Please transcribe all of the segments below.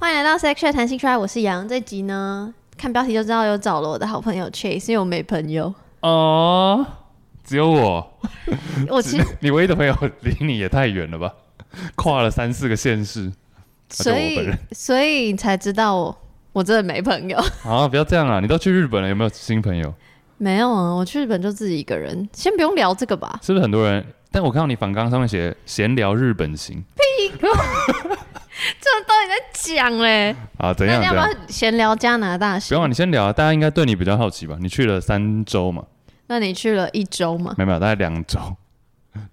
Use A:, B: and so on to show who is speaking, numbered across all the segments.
A: 到 Sexual 谈性说爱，我是杨。这集呢，看标题就知道有找了我的好朋友 Chase，因为我没朋 友。
B: 哦，只有我，
A: 我其实，
B: 你唯一的朋友离你也太远了吧？跨了三四个县市就
A: 所
B: 我本
A: 以
B: 人，
A: 所以你才知道我，我真的没朋 友。
B: 啊！不要这样啊！你都去日本了，有没有新朋友？
A: 没有啊，我去日本就自己一个人。先不用聊这个吧，
B: 是不是很多人？但我看到你反纲上面写闲聊日本行
A: 这到底在讲嘞？
B: 啊，怎
A: 那
B: 样
A: 你要
B: 怎
A: 不
B: 样？
A: 要闲聊加拿大
B: 不用啊，
A: 行？
B: 你先聊啊，大家应该对你比较好奇吧？你去了三周嘛？
A: 那你去了一周吗？
B: 没有，没有，大概两周。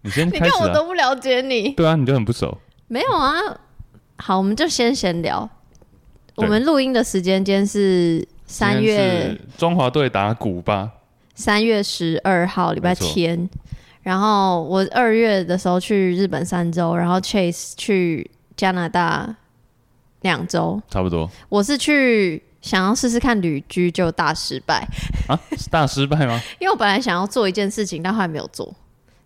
B: 你先
A: 嗯你
B: 开
A: 看
B: 始
A: 我
B: 啊
A: 都？不了解你。
B: 对啊，你就很不熟。
A: 没有啊，好，我们就先闲聊。我
B: 对
A: 们录音的时间今天是三
B: 今天
A: 月
B: 是中华队打古巴，
A: 三月十二号，礼拜天。然后我二月的时候去日本三周，然后 Chase 去加拿大两周。
B: 差不多
A: 我是去想要试试看旅居，就大失败，
B: 啊，是大失败吗？
A: 因为我本来想要做一件事情，但后来没有做，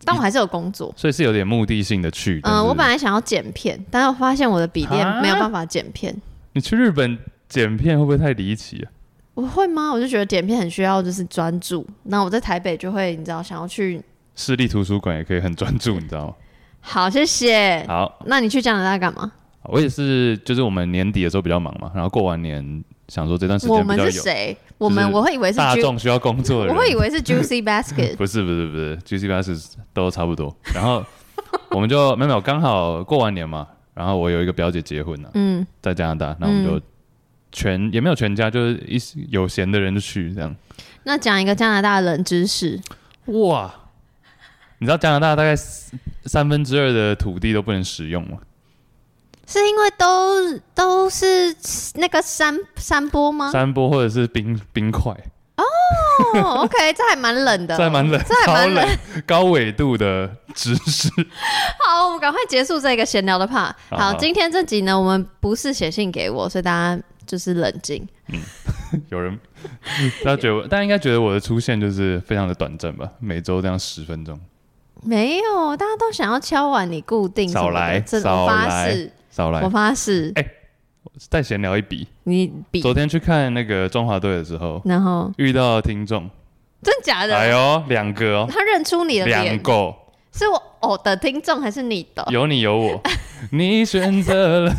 A: 但我还是有工作。
B: 所以是有点目的性的去。但
A: 嗯、
B: 是
A: 我本来想要剪片，但是我发现我的笔电
B: 啊
A: 没有办法剪片。
B: 你去日本剪片会不会太离奇啊？
A: 我会吗？我就觉得剪片很需要就是专注。那我在台北就会，你知道，想要去
B: 市立图书馆也可以很专注，你知道吗？
A: 好，谢谢。
B: 好，
A: 那你去加拿大干嘛？
B: 我也是，就是我们年底的时候比较忙嘛，然后过完年想说这段时
A: 我
B: 间比
A: 们
B: 较
A: 是
B: 有
A: 谁？我们我会以为是
B: 大
A: Ju-
B: 众需要工作的
A: 我
B: 人，
A: 会以为是 Juicy Basket
B: 不是不是不是，G C 八是都差不多。然后我们就没有没有，刚好过完年嘛，然后我有一个表姐结婚了、啊
A: 嗯。
B: 在加拿大，那我们就全、也没有全家，就是一有闲的人就去这样。
A: 那讲一个加拿大冷知识，
B: 哇，你知道加拿大大概三三分之二的土地都不能使用吗？
A: 是因为都都是那个山山坡吗？
B: 山坡或者是冰冰块，
A: 哦，OK，这还蛮冷的，
B: 这还蛮冷，
A: 这还蛮
B: 超
A: 冷。
B: 高纬度的知识。
A: 好，我们赶快结束这个闲聊的 part。
B: 好
A: 好，
B: 好
A: 今天这集呢，我们不是写信给我，所以大家就是冷静。
B: 有人， 大家觉得我，大家应该觉得我的出现就是非常的短暂吧？每周这样十分钟，
A: 没有，大家都想要敲碗你固定什么的
B: 少来
A: 真的，
B: 少
A: 我发
B: 来
A: 誓，
B: 少
A: 我
B: 来，
A: 发誓，
B: 再闲聊一笔。
A: 你比，
B: 昨天去看那个中华队的时候，
A: 然后
B: 遇到听众，
A: 真假
B: 哎
A: 嗯的，
B: 呦，两个哦，
A: 他认出你的
B: 两
A: 脸，
B: 个，哦
A: 是我偶的听众还是你的？Oh
B: 有你 有我，你选择了，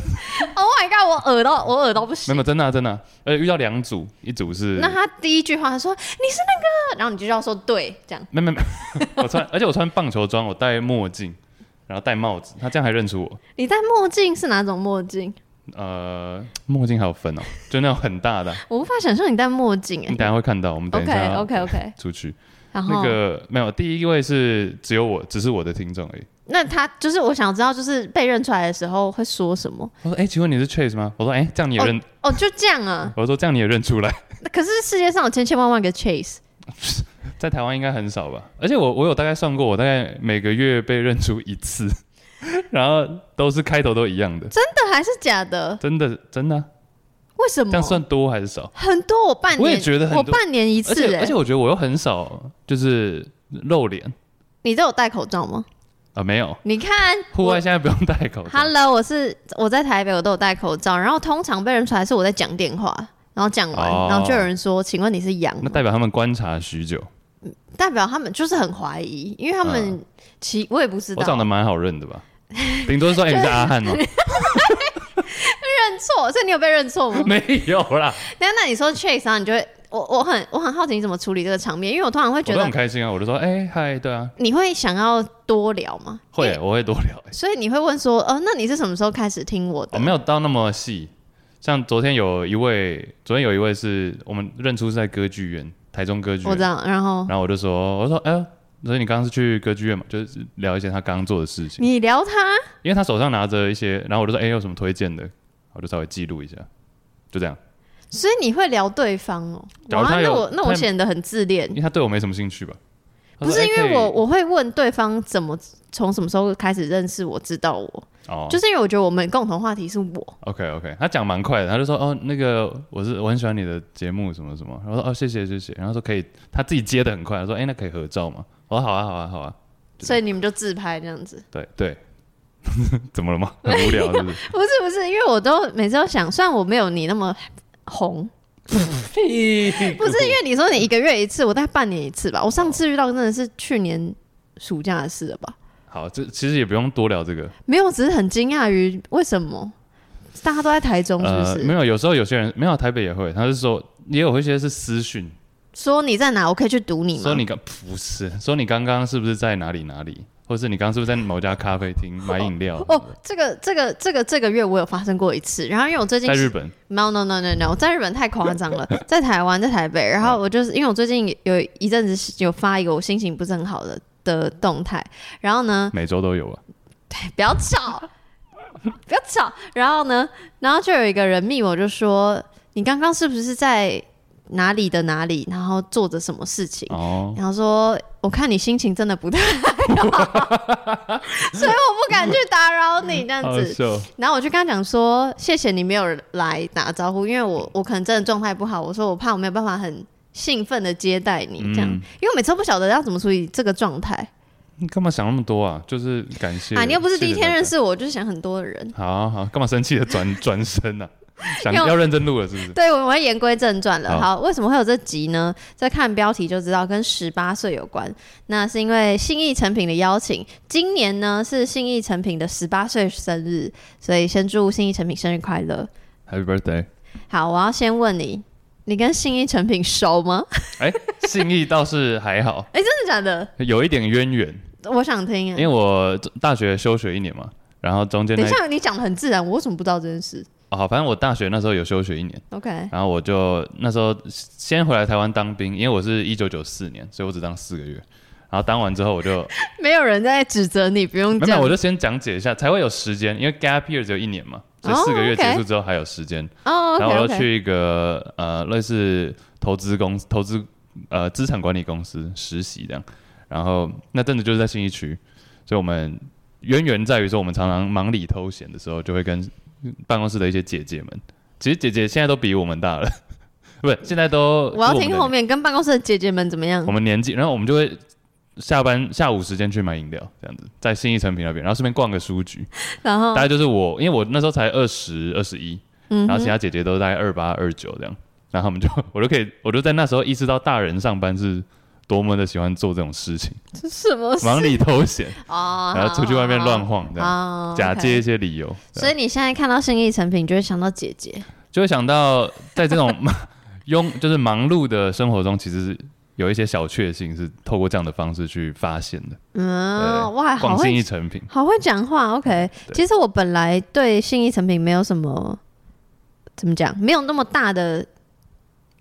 A: Oh my god，我耳到我耳到不
B: 没
A: 行。
B: 有真的啊、真的啊、而且遇到两组，一组是
A: 那他第一句话他说你是那个，然后你就要说对，这样
B: 没没没， 我穿，而且我穿棒球装，我戴墨镜，然后戴帽子，他这样还认出我。
A: 你戴墨镜是哪种墨镜？
B: 呃，墨镜还有分哦， 就那种很大的啊、
A: 我无法想象你戴墨镜
B: 你
A: 哎、
B: 等一下会看到。我们等一
A: OK
B: 下
A: OK OK，
B: 出去。
A: 然后
B: 那个没有，第一位是只有我，只是我的听众而已。
A: 那他就是我想知道，就是被认出来的时候会说什么？
B: 我说，哎、请问你是 Chase 吗？我说，哎、这样你也认？
A: 哦，就这样 啊。
B: 我说，这样你也认出来？
A: 可是世界上有千千万万个 Chase，
B: 在台湾应该很少吧？而且我我有大概算过，我大概每个月被认出一次， 然后都是开头都一样的，
A: 真的还是假的？
B: 真的真的啊、
A: 为什么
B: 这？样算多还是少？
A: 很多，我半年
B: 我也觉得很多
A: 我半年一次、
B: 而且
A: 哎
B: 而且我觉得我又很少就是露脸
A: 你都有戴口罩吗？
B: 啊，没有
A: 你看
B: 户
A: 我
B: 外现在不用戴口罩。
A: Hello，我是我在台北，我都有戴口罩。然后通常被认出来是我在讲电话，然后讲完，
B: 哦
A: 然后就有人说：“请问你是羊
B: 那
A: 吗
B: 代表他们观察许久，？”
A: 代表他们就是很怀疑，因为他们其、我也不知
B: 嗯我长
A: 道
B: 得蛮好认的吧？ 顶多说哎、你是阿汉 吗？？
A: 认错，所以你有被认错吗
B: 没有啦，
A: 那那你说 Chase 啊，你就会我我很我很好奇你怎么处理这个场面，因为我通常会
B: 我
A: 觉
B: 都
A: 得
B: 很开心啊，我就说哎嗨、对啊，
A: 你会想要多聊吗？因
B: 会
A: 为，
B: 我会多聊、欸，
A: 所以你会问说：“呃，那你是什么时候开始听我的？”
B: 哦我没有到那么细。像昨天有一位，昨天有一位是我们认出是在歌剧院，台中歌剧
A: 我
B: 院
A: 知，道。然后
B: 然后我就说，我说哎、呦，所以你刚刚是去歌剧院嘛？就是聊一些他刚刚做的事情。
A: 你聊他，
B: 因为他手上拿着一些，然后我就说：“哎、有什么推荐的？”我就稍微记录一下，就这样。
A: 所以你会聊对方哦。
B: 假如
A: 哇
B: 他
A: 那
B: 有
A: 我那我
B: 他
A: 显得很自恋
B: 因。为他对我没什么兴趣吧？他
A: 不
B: 说
A: 是
B: 哎
A: 因为我，
B: 可以
A: 我会问对方怎么从什么时候开始认识我，知道我，
B: 哦，
A: 就是因为我觉得我们共同话题是我。
B: OK OK，他讲蛮快的，他就说：“哦，那个我是我很喜欢你的节目什么什么。”然后说：“哦，谢谢谢谢。”然后说可以，他自己接的很快，他说：“哎、那可以合照吗？”我说：“好啊好啊好啊。
A: 所以你们就自拍这样子，
B: 啊对”对 怎么了吗？ 很无聊是不是？
A: 不是不是，因为我都每次都想，虽然我没有你那么红，
B: 屁股
A: 不是因为你说你一个月一次，我大概半年一次吧。我上
B: 哦
A: 次遇到真的是去年暑假的事了吧？
B: 好，这其实也不用多聊这个，
A: 没有，只是很惊讶于为什么大家都在台中，是不
B: 呃，
A: 是？
B: 没有，有时候有些人没有台北也会，他是说也有一些是私讯，
A: 说你在哪，我可以去堵你吗？
B: 说你刚不是，说你刚刚是不是在哪里哪里，或是你刚刚是不是在某家咖啡厅买饮料？
A: 哦，这个这个这个这个月我有发生过一次，然后因为我最近
B: 在日本，
A: no no no no no，在日本太夸张了， 在台湾在台北，然
B: 嗯
A: 后我就是因为我最近有一阵子有发一个我心情不是很好的的动态，然后呢，
B: 每周都有啊。
A: 不要吵，不要吵。然后呢，然后就有一个人密我，就说你刚刚是不是在哪里的哪里，然后做着什么事情？
B: 哦，
A: 然后说我看你心情真的不太好， 所以我不敢去打扰你这样
B: 好
A: 子。
B: 笑，
A: 然后我就跟他讲说，谢谢你没有来打招呼，因为我我可能真的状态不好，我说我怕我没有办法很兴奋的接待你这样，
B: 嗯
A: 因为我每次都不晓得要怎么处理这个状态
B: 你干嘛想那么多啊？就是感谢
A: 啊。你又不是第一天认
B: 识。
A: 识我，我就想很多的人。
B: 好好，干嘛生气 的转转身啊？想
A: 因为我
B: 要认真录了是不是？
A: 对，我们言归正传了。
B: 好
A: 好，为什么会有这集呢？再看标题就知道跟十八岁有关。那是因为信义成品的邀请，今年呢是信义成品的十八岁生日，所以先祝信义成品生日快乐。
B: Happy birthday！
A: 好，我要先问你，你跟信义成品熟吗？
B: 哎、信义倒是还好，
A: 哎、真的假的？
B: 有一点渊源，
A: 我想听
B: 因
A: 哎、
B: 为我大学休学一年嘛，然后中间
A: 等
B: 那
A: 一下，你讲的很自然，我为什么不知道这件事
B: 哦好，反正我大学那时候有休学一年，
A: ？OK，
B: 然后我就那时候先回来台湾当兵，因为我是一九九四年，所以我只当四个月，然后当完之后我就
A: 没有人在指责你，不用
B: 没有
A: 这
B: 没有，
A: 样
B: 我。就先讲解一下，才会有时间，因为 gap year 只有一年嘛，所以
A: 哦
B: 四个月
A: OK
B: 结束之后还有时间。
A: 哦
B: 然
A: ，OK
B: 后我又
A: OK，
B: 去一个呃类似投资公司、投资呃资产管理公司实习这样，然后那阵子就是在信义区，所以我们渊源在于说，我们常常忙里偷闲的时候，就会跟办公室的一些姐姐们，其实姐姐现在都比我们大了， 不是现在都
A: 我要听后
B: 面
A: 面跟办公室的姐姐们怎么样
B: 我。们年纪，然后我们就会。下班下午时间去买饮料，这样子在信义成品那边，然后顺便逛个书局，
A: 然后
B: 大，概就是我，因为我那时候才二十二十一，
A: 嗯
B: 然后其
A: 哼，
B: 他姐姐都大概二八二九这样，然后他们就 我就可以，我就在那时候意识到大人上班是多么的喜欢做这种事情，
A: 这 什么事
B: 忙里偷闲，
A: 哦，
B: 然后出去外面乱
A: 晃，
B: 晃这样，
A: 哦，
B: 假
A: OK
B: 借一些理由，这
A: 所
B: 样
A: 以你现在看到新意成品，就会想到姐姐，
B: 就会想到在这种 庸就是忙碌的生活中，其实是有一些小确幸是透过这样的方式去发现的。
A: 嗯，
B: 对
A: 哇，好
B: 逛
A: 会
B: 信义成品，
A: 好会讲话，OK。
B: 嗯对
A: 其实我本来对信义成品没有什么怎么讲，没有那么大的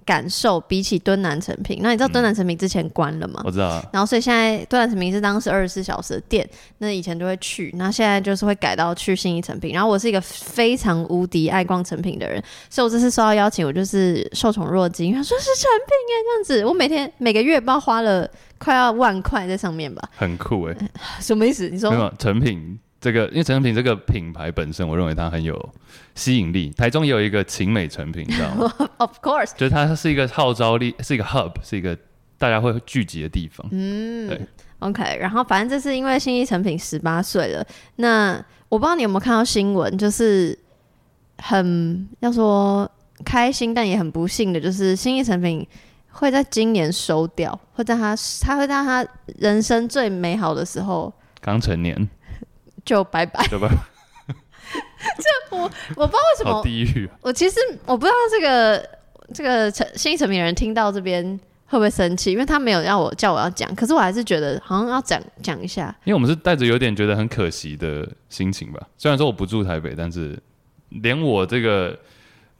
A: 感受，比起敦南成品。那你知道敦南成品之前关了吗？
B: 嗯我知道啊，
A: 然后所以现在敦南成品是当时二十四小时的店，那以前就会去，那现在就是会改到去信义成品。然后我是一个非常无敌爱逛成品的人，所以我这次收到邀请，我就是受宠若惊，他说是成品耶这样子，我每天每个月不知道花了快要万块在上面吧，
B: 很酷哎、
A: 什么意思？你
B: 没
A: 说
B: 有成品这个，因为成品这个品牌本身，我认为它很有吸引力。台中也有一个晴美成品，你知道吗？
A: of course，
B: 就是它是一个号召力，是一个 hub，是一个大家会聚集的地方。
A: 嗯
B: 对
A: ，OK，然后反正这是因为新一成品十八岁了。那我不知道你有没有看到新闻，就是很要说开心，但也很不幸的，就是新一成品会在今年收掉，会在他他会在他人生最美好的时候
B: 刚成 年，
A: 就拜 拜。
B: 对吧？
A: 我不知道为什
B: 好
A: 么，
B: 地狱啊！
A: 我其实我不知道这个这个成新一成品的人听到这边。会不会生气？因为他没有让我叫我要讲，可是我还是觉得好像要讲讲一下。
B: 因为我们是带着有点觉得很可惜的心情吧。虽然说我不住台北，但是连我这个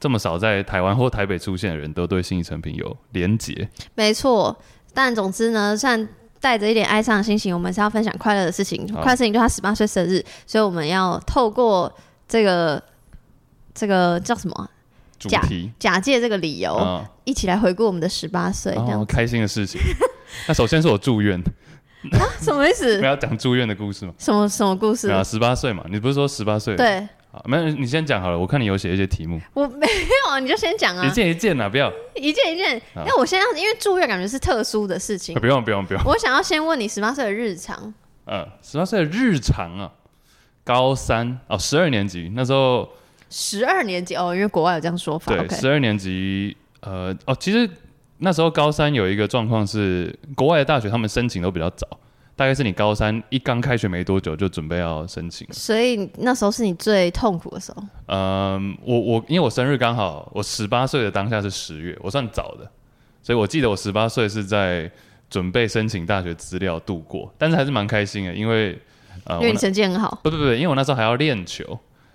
B: 这么少在台湾或台北出现的人都对信义成品有连结。
A: 没错，但总之呢，虽然带着一点哀伤的心情，我们是要分享快乐的事情。
B: 好
A: 快乐事情就是他十八岁生日，所以我们要透过这个这个叫什么啊
B: 主
A: 假
B: 题
A: 假借这个理由，
B: 啊，
A: 一起来回顾我们的十八岁，
B: 然
A: 这样、
B: 后开心的事情。那首先是我住 院，
A: 啊？什么意思
B: 没？有要讲住院的故事吗？
A: 什么什么故事
B: 对？啊，十八岁嘛，你不是说十八岁？，
A: 对
B: 好，没有，你先讲好了。我看你有写一些题目，
A: 我没有啊，你就先讲
B: 一
A: 啊，
B: 件一件啊，不要，
A: 一件一件。
B: 好
A: 那我现在因为住院感觉是特殊的事情，
B: 啊不用，不用，不用。
A: 我想要先问你十八岁的日常。
B: 嗯，十八岁的日常啊，高三哦，十二年级那时候，
A: 十二年级哦，因为国外有这样说法。
B: 对，
A: OK，
B: 十二年级，呃，哦，其实那时候高三有一个状况是，国外的大学他们申请都比较早，大概是你高三一刚开学没多久就准备要申请了。
A: 所以那时候是你最痛苦的时候。
B: 嗯，我我因为我生日刚好，我十八岁的当下是十月，我算早的，所以我记得我十八岁是在准备申请大学资料度过，但是还是蛮开心的，因为呃，
A: 因
B: 我
A: 为
B: 那
A: 你成绩很好，
B: 不不不，因为我那时候还要练球，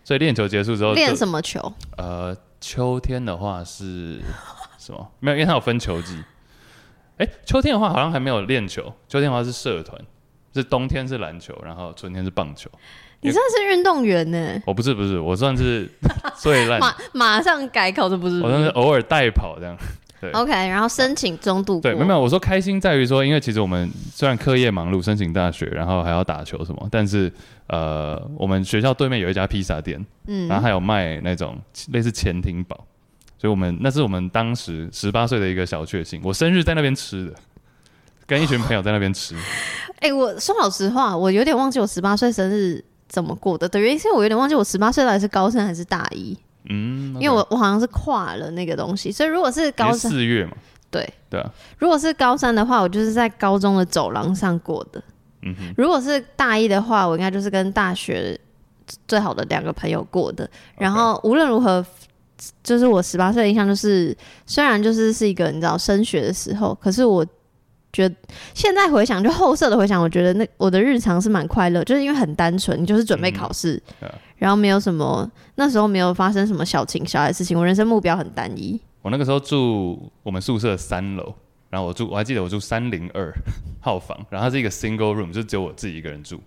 B: 所以练球结束之后就
A: 练什么球？
B: 呃，秋天的话是什么？ 没有，因为它有分球季。哎、秋天的话好像还没有练球，秋天的话是社团，是冬天是篮球，然后春天是棒球。
A: 你真的是运动员呢、
B: 我不是不是，我算是 最 烂，
A: 马马上改口，这不是
B: 哎我算是偶尔代跑这样。对
A: OK，然后申请中度
B: 对，
A: 过
B: 没有没有，我说开心在于说，因为其实我们虽然课业忙碌，申请大学，然后还要打球什么，但是呃，我们学校对面有一家披萨店，
A: 嗯
B: 然后还有卖那种类似潜艇堡，所以我们那是我们当时十八岁的一个小确幸。我生日在那边吃的，跟一群朋友在那边吃。
A: 哎、我说老实话，我有点忘记我十八岁生日怎么过的。的原因是我有点忘记我十八岁到底是高三还是大一，
B: 嗯，
A: 因为我我好像是跨了那个东西。所以如果是高
B: 你是
A: 三，
B: 四月嘛，
A: 对，
B: 对啊，
A: 如果是高三的话，我就是在高中的走廊上过的。
B: 嗯哼，
A: 如果是大一的话，我应该就是跟大学最好的两个朋友过的。然后无论如何，就是我十八岁的印象就是，虽然就是是一个你知道升学的时候，可是我觉得现在回想，就后设的回想，我觉得那我的日常是蛮快乐，就是因为很单纯，你就是准备
B: 嗯
A: 考试，
B: 对啊
A: 然后没有什么那时候没有发生什么小情小爱的事情，我人生目标很单一。
B: 我那个时候住我们宿舍三楼，然后我住我还记得我住三零二号房，然后它是一个 single room，就只有我自己一个人住，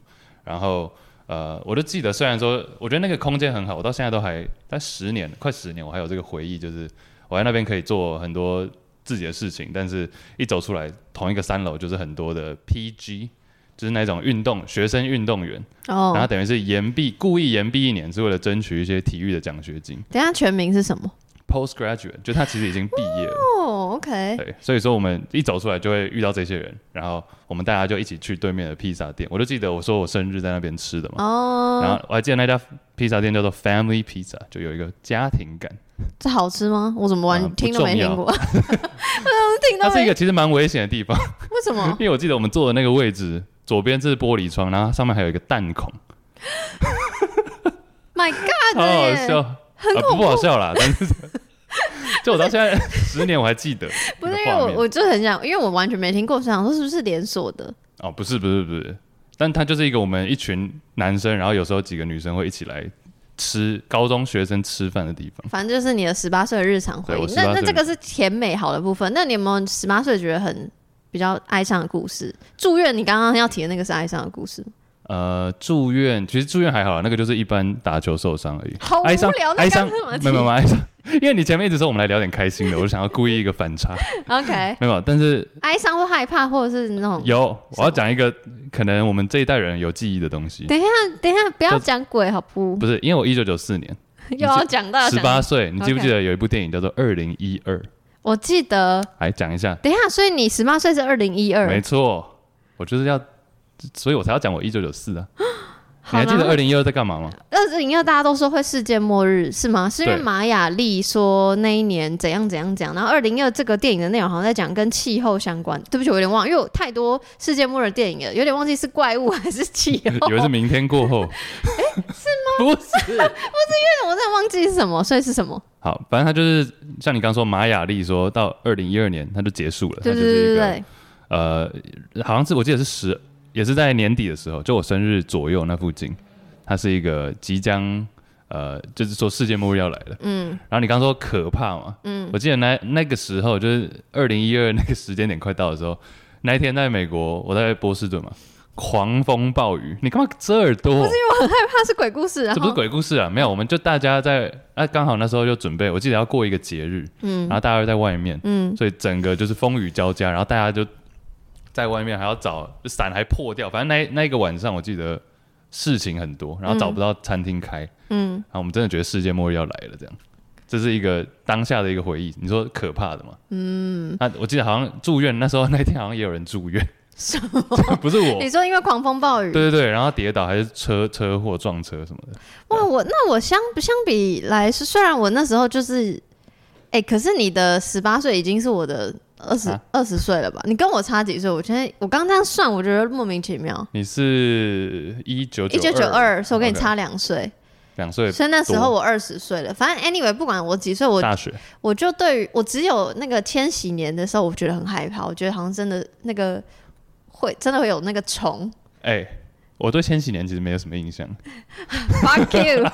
B: 然后。呃，我就记得，虽然说我觉得那个空间很好，我到现在都还，但十年快十年，我还有这个回忆，就是我在那边可以做很多自己的事情，但是一走出来，同一个三楼就是很多的 PG，就是那种运动学生运动员，
A: 哦
B: 然，后等于是延毕，故意延毕一年，是为了争取一些体育的奖学金
A: 等一下全名是什么？
B: ，postgraduate，就他其实已经毕业了。
A: 哦，OK，
B: 对，所以说我们一走出来就会遇到这些人，然后我们大家就一起去对面的披萨店。我就记得我说我生日在那边吃的嘛，然
A: 哦，
B: 后我还记得那家披萨店叫做 Family Pizza，就有一个家庭感。
A: 这好吃吗？我怎么完、
B: 啊不
A: 听都没
B: 重要
A: 听 过？我怎 么听
B: 它
A: 都
B: 是一
A: 没？
B: 个其实蛮危险的地方，
A: 为什么？
B: 因为我记得我们坐的那个位置左边是玻璃窗，然后上面还有一个弹孔，
A: 啊 My
B: 超
A: God！
B: 好
A: 耶
B: 笑，啊、不不好笑啦，但是 就我到现在十年我还记得
A: 不
B: 那
A: 是
B: 个
A: 因为
B: 画面。
A: 我我就很想，因为我完全没听过，我想说是不是连锁的？
B: 哦，不是不是不是，但它就是一个我们一群男生，然后有时候几个女生会一起来吃高中学生吃饭的地方。
A: 反正就是你的十八岁的日常回
B: 对
A: 忆
B: 我。18
A: 那那
B: 岁
A: 这个是甜美好的部分。那你有没有十八岁觉得很比较哀伤的故事？住院，你刚刚要提的那个是哀伤的故事吗，
B: 呃，住院其实住院还好啦，那个就是一般打球受伤而已。
A: 好无
B: 哀伤
A: 聊。
B: 哀伤，
A: 那刚刚
B: 没
A: 怎
B: 有没有
A: 么
B: 没有哀伤，因为你前面一直说我们来聊点开心的，我就想要故意一个反差，
A: 提 ？OK，
B: 没有，但是
A: 哀伤或害怕，或者是那种……
B: 有我
A: 什
B: 要
A: 么
B: 讲一个可能我们这一代人有记忆的东西，
A: 等一下，等一下，不要
B: 就
A: 讲鬼好不？
B: 不是因为我一九九四年
A: 又要讲到
B: 十
A: 啊讲
B: 八岁，你记不
A: OK
B: 记得有一部电影叫做《二零一二》？
A: 我记得，
B: 来讲一下，
A: 等一下，所以你十八岁是二零一
B: 没
A: 二，
B: 错，我就是要，所以我才要讲我一九九四啊。
A: 好
B: 你还记得
A: 啦
B: 二零一二在干嘛吗？
A: 二零二大家都说会世界末日是吗？是因为
B: 对
A: 玛雅历说那一年怎样怎样怎样，然后二零二这个电影的内容好像在讲跟气候相关，对不起，我有点忘，因为我太多世界末日电影了，有点忘记是怪物还是气候，
B: 以为是明天过后，是 吗？不是。
A: 但我真的忘记是什么，所以是什么？
B: 好，反正他就是像你刚说玛雅历说到二零一二年他就结束了，它
A: 对
B: 就
A: 对
B: 是
A: 对
B: 一
A: 对
B: 个
A: 对，
B: 呃，好像是我记得是十，也是在年底的时候，就我生日左右那附近，它是一个即将呃，就是说世界末日要来了。
A: 嗯，
B: 然后你刚说可怕嘛，嗯，我记得那那个时候就是二零一二那个时间点快到的时候，那一天在美国，我在波士顿嘛，狂风暴雨，你干嘛遮耳朵？
A: 怕是鬼故事，然
B: 这不是
A: 后
B: 鬼故事啊，没有，我们就大家在啊，刚好那时候就准备，我记得要过一个节日，嗯，然后大家又在外面，嗯，所以整个就是风雨交加，然后大家就在外面还要找伞还破掉，反正那那一个晚上我记得事情很多，然后找不到餐厅开，嗯，然后我们真的觉得世界末日要来了，这样，这是一个当下的一个回忆。你说可怕的嘛？嗯，那我记得好像住院那时候那天好像也有人住院，
A: 什么？
B: 不是我
A: 你，说因为狂风暴雨？
B: 对对对，然后跌倒还是车车祸撞车什么的，
A: 哇，我那我相相比来说，虽然我那时候就是，哎、可是你的十八岁已经是我的二十
B: 啊
A: 二十岁了吧？你跟我差几岁？我现在我刚这样算，我觉得莫名其妙。
B: 你是一九
A: 一九九二，所以我跟你
B: OK
A: 差两岁
B: 两岁，
A: 所以那时候
B: 多
A: 我二十岁了。反正 anyway，不管我几岁，我
B: 大学
A: 我就对于我只有那个千禧年的时候，我觉得很害怕，我觉得好像真的那个会真的会有那个虫。
B: 哎、我对千禧年其实没有什么印象，
A: Fuck you！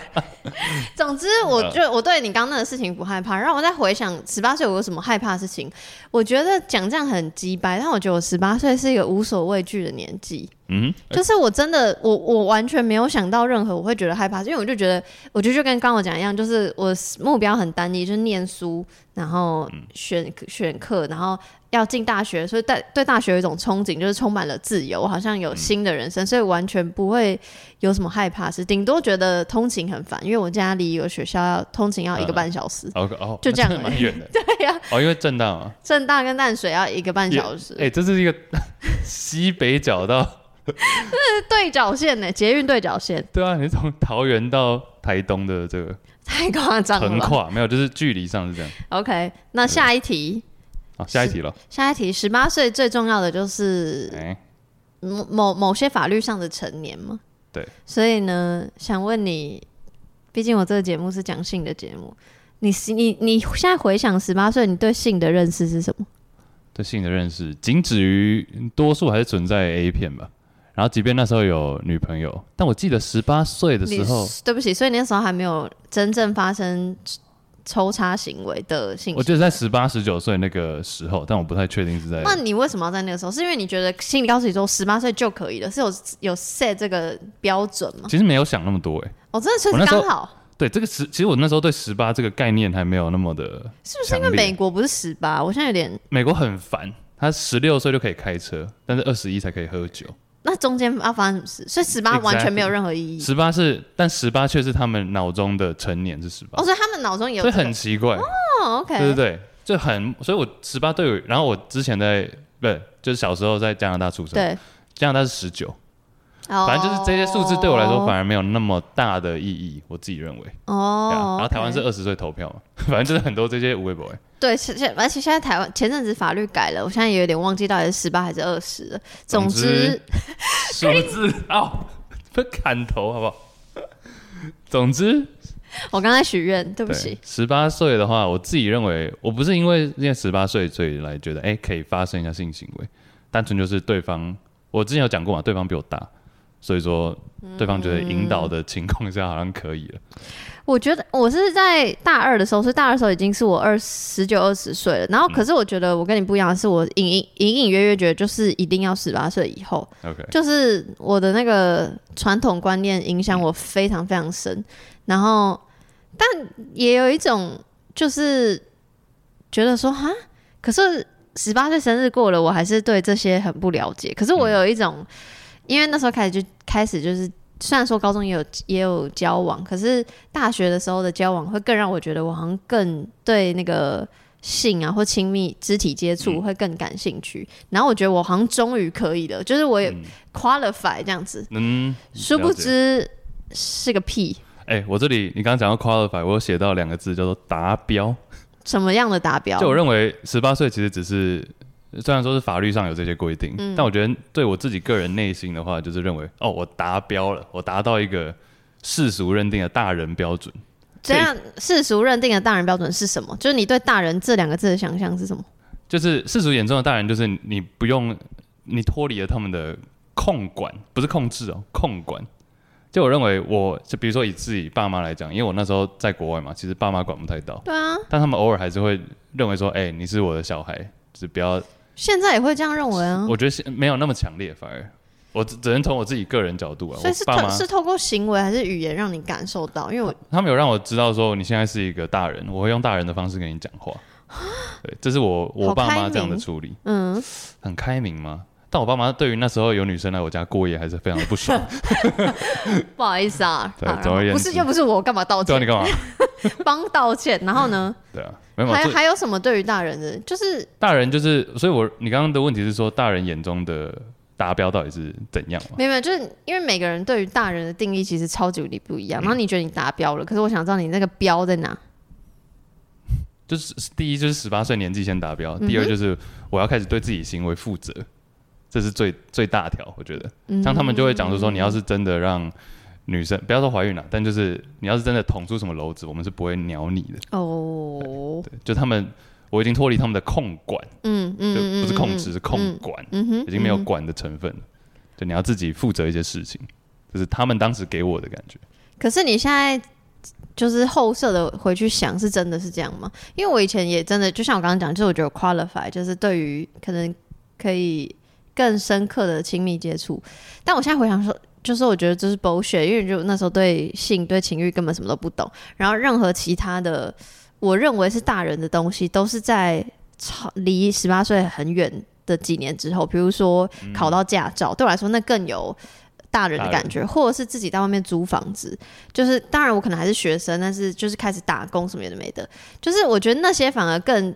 A: 总之，
B: 嗯
A: 我就我对你刚刚那个事情不害怕。然后我再回想十八岁我有什么害怕的事情，我觉得讲这样很鸡掰，但我觉得我十八岁是一个无所畏惧的年纪，
B: 嗯，
A: 就是我真的我我完全没有想到任何我会觉得害怕，因为我就觉得，我觉得就跟刚刚我讲一样，就是我目标很单一，就是念书，然后
B: 嗯
A: 选选课，然后要进大学，所以对对大学有一种憧憬，就是充满了自由，好像
B: 嗯
A: 有新的人生，所以完全不会有什么害怕事，顶多觉得通勤很烦，因为我家离有学校要通勤要一个半小时，
B: 哦哦，
A: 就
B: 那
A: 这样
B: 真
A: 而
B: 的蛮
A: 已
B: 远的
A: 对呀、
B: 哦，因为震荡啊，
A: 正大跟淡水要一个半小时，
B: 哎、这是一个西北角到，
A: 是对角线呢、捷运对角线
B: 对啊，你是从桃园到台东的这个
A: 太夸张
B: 横
A: 了吧
B: 跨，没有，就是距离上是这样。
A: ？OK，那下一题，
B: 好，下一题了，
A: 下一题，十八岁最重要的就是
B: 哎、
A: 某某某些法律上的成年嘛。
B: 对，
A: 所以呢，想问你，毕竟我这个节目是讲性的节目，你你你现在回想十八岁，你对性的认识是什么？
B: 对性的认识仅止于多数还是存在 A 片吧。然后，即便那时候有女朋友，但我记得十八岁的时候
A: 你，对不起，所以你那时候还没有真正发生抽插行为的性
B: 我。记得在十八、十九岁那个时候，但我不太确定是在
A: 那你为什么要在那个时候？是因为你觉得心里告诉你说十八岁就可以了，是有有 set 这个标准吗？
B: 其实没有想那么多哎、
A: 我、真的所以
B: 我
A: 是
B: 那时候
A: 刚好，
B: 对，这个十，其实我那时候对十八这个概念还没有那么的，
A: 是不是因为
B: 强烈
A: 美国不是十八？我现在有点
B: 美国很烦，他十六岁就可以开车，但是二十一才可以喝酒。
A: 那中间要发生什么事？所以十八
B: Exactly
A: 完全没有任何意义。
B: 十八是，但十八却是他们脑中的成年是十八、
A: 哦，所以他们脑中也有、
B: 所以
A: 这个、
B: 很奇怪。
A: 哦，OK，
B: 对对对，就很，所以我十八对我，然后我之前在不是就是小时候在加拿大出生，
A: 对，
B: 加拿大是十九，
A: 哦
B: 反正就是这些数字对我来说反而没有那么大的意义，我自己认为。对啊
A: 哦，
B: 然后台湾是
A: OK
B: 二十岁投票嘛， 反正就是很多这些无微博。欸
A: 对，现现而且现在台湾前阵子法律改了，我现在也有点忘记到底是十八还是二十了。总
B: 总之数字哦，被砍头好 不好？总之，
A: 我刚才许愿，对不起，
B: 十八岁的话，我自己认为，我不是因为因为十八岁所以来觉得，哎、可以发生一下性行为，单纯就是对方，我之前有讲过嘛，对方比我大，所以说对方觉得引导的情况下好像可以了。
A: 我觉得我是在大二的时候，所以大二的时候已经是我二十九、二十岁了。然后，
B: 嗯
A: 可是我觉得我跟你不一样的是，我隐隐隐隐约约觉得，就是一定要十八岁以后，
B: OK，
A: 就是我的那个传统观念影响我非常非常深，然后但也有一种就是觉得说哈，可是十八岁生日过了，我还是对这些很不了解。可是我有一种，因为那时候开始就开始就是，虽然说高中也有也有交往，可是大学的时候的交往会更让我觉得我好像更对那个性啊或亲密肢体接触会更感兴趣。然后我觉得我好像终于可以了，就是我也 qualify 这样子，
B: 嗯，
A: 殊不
B: 了解，
A: 知是个屁。
B: 哎、我这里你刚刚讲到 qualify，我有写到两个字叫做达标，
A: 什么样的达标？
B: 就我认为十八岁其实只是，虽然说是法律上有这些规定，但我觉得对我自己个人内心的话，就是认为哦，我达标了，我达到一个世俗认定的大人标准。
A: 这样世俗认定的大人标准是什么？就是你对“大人”这两个字的想象是什么？
B: 就是世俗眼中的大人，就是你不用你脱离了他们的控管，不是控制哦，控管。就我认为我，就比如说以自己爸妈来讲，因为我那时候在国外嘛，其实爸妈管不太到，
A: 对啊，
B: 但他们偶尔还是会认为说，哎、你是我的小孩，就是不要
A: 现在也会这样认为啊。
B: 我觉得是没有那么强烈，反而我只只能从我自己个人角度啊，
A: 所以是
B: 我爸妈
A: 透是透过行为还是语言让你感受到？因为我
B: 他们有让我知道说你现在是一个大人，我会用大人的方式跟你讲话。
A: 啊
B: 对，这是我我
A: 好
B: 爸
A: 开
B: 妈
A: 明
B: 这样的处理，
A: 嗯，
B: 很开明吗？但我爸妈对于那时候有女生来我家过夜还是非常的 不爽。
A: 哦不好意思啊，
B: 对
A: 好
B: 总而言
A: 不
B: 之
A: 是就不是我，干嘛道
B: 对啊，
A: 歉
B: 你？干嘛？
A: 帮道歉。然后呢？
B: 对啊， 没有嘛
A: 还
B: 这
A: 还有什么对于大人的，就是
B: 大人就是，所以我你刚刚的问题是说，大人眼中的达标到底是怎样嘛？
A: 没有没有，就是因为每个人对于大人的定义其实超级无敌不一
B: 嗯
A: 样。然后你觉得你达标了，可是我想知道你那个标在哪？
B: 就是第一就是十八岁年纪先达标，
A: 嗯
B: 第二就是我要开始对自己行为负责，这是最最大条，我觉得。
A: 嗯
B: 像他们就会讲说，你要是真的让女生不要说怀孕了，但就是你要是真的捅出什么篓子，我们是不会鸟你的。
A: 哦，
B: 对，就他们我已经脱离他们的控管，
A: 嗯
B: 就
A: 嗯嗯，
B: 不是控制，
A: 嗯
B: 是控，管，
A: 嗯嗯哼，
B: 已经没有
A: 嗯哼
B: 管的成分了。就你要自己负责一些事情，这是他们当时给我的感觉。
A: 可是你现在就是后设的回去想，是真的是这样吗？因为我以前也真的，就像我刚刚讲，就是我觉得 qualify 就是对于可能可以更深刻的亲密接触，但我现在回想说。就是我觉得这是 bullshit，因为就那时候对性、对情欲根本什么都不懂，然后任何其他的我认为是大人的东西，都是在超离十八岁很远的几年之后，比如说考到驾照，对我来说那更有大人的感觉，或者是自己在外面租房子，就是当然我可能还是学生，但是就是开始打工什么也没的，就是我觉得那些反而更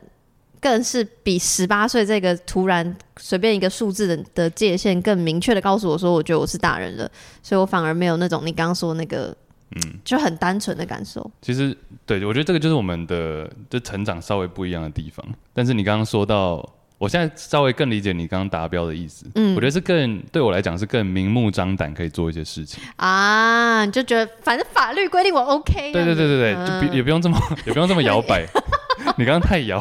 A: 更是比十八岁这个突然随便一个数字的的界限更明确的告诉我说，我觉得我是大人了，所以我反而没有那种你刚刚说那个。嗯，就很单纯的感受，
B: 其实，对我觉得这个就是我们的这成长稍微不一样的地方。但是你刚刚说到，我现在稍微更理解你刚刚达标的意思。
A: 嗯
B: 我觉得是更对我来讲是更明目张胆可以做一些事情。
A: 啊，你就觉得反正法律规定我 OK，
B: 对对对对对，就不也不用这么 也不用这么摇摆。 你刚刚太摇，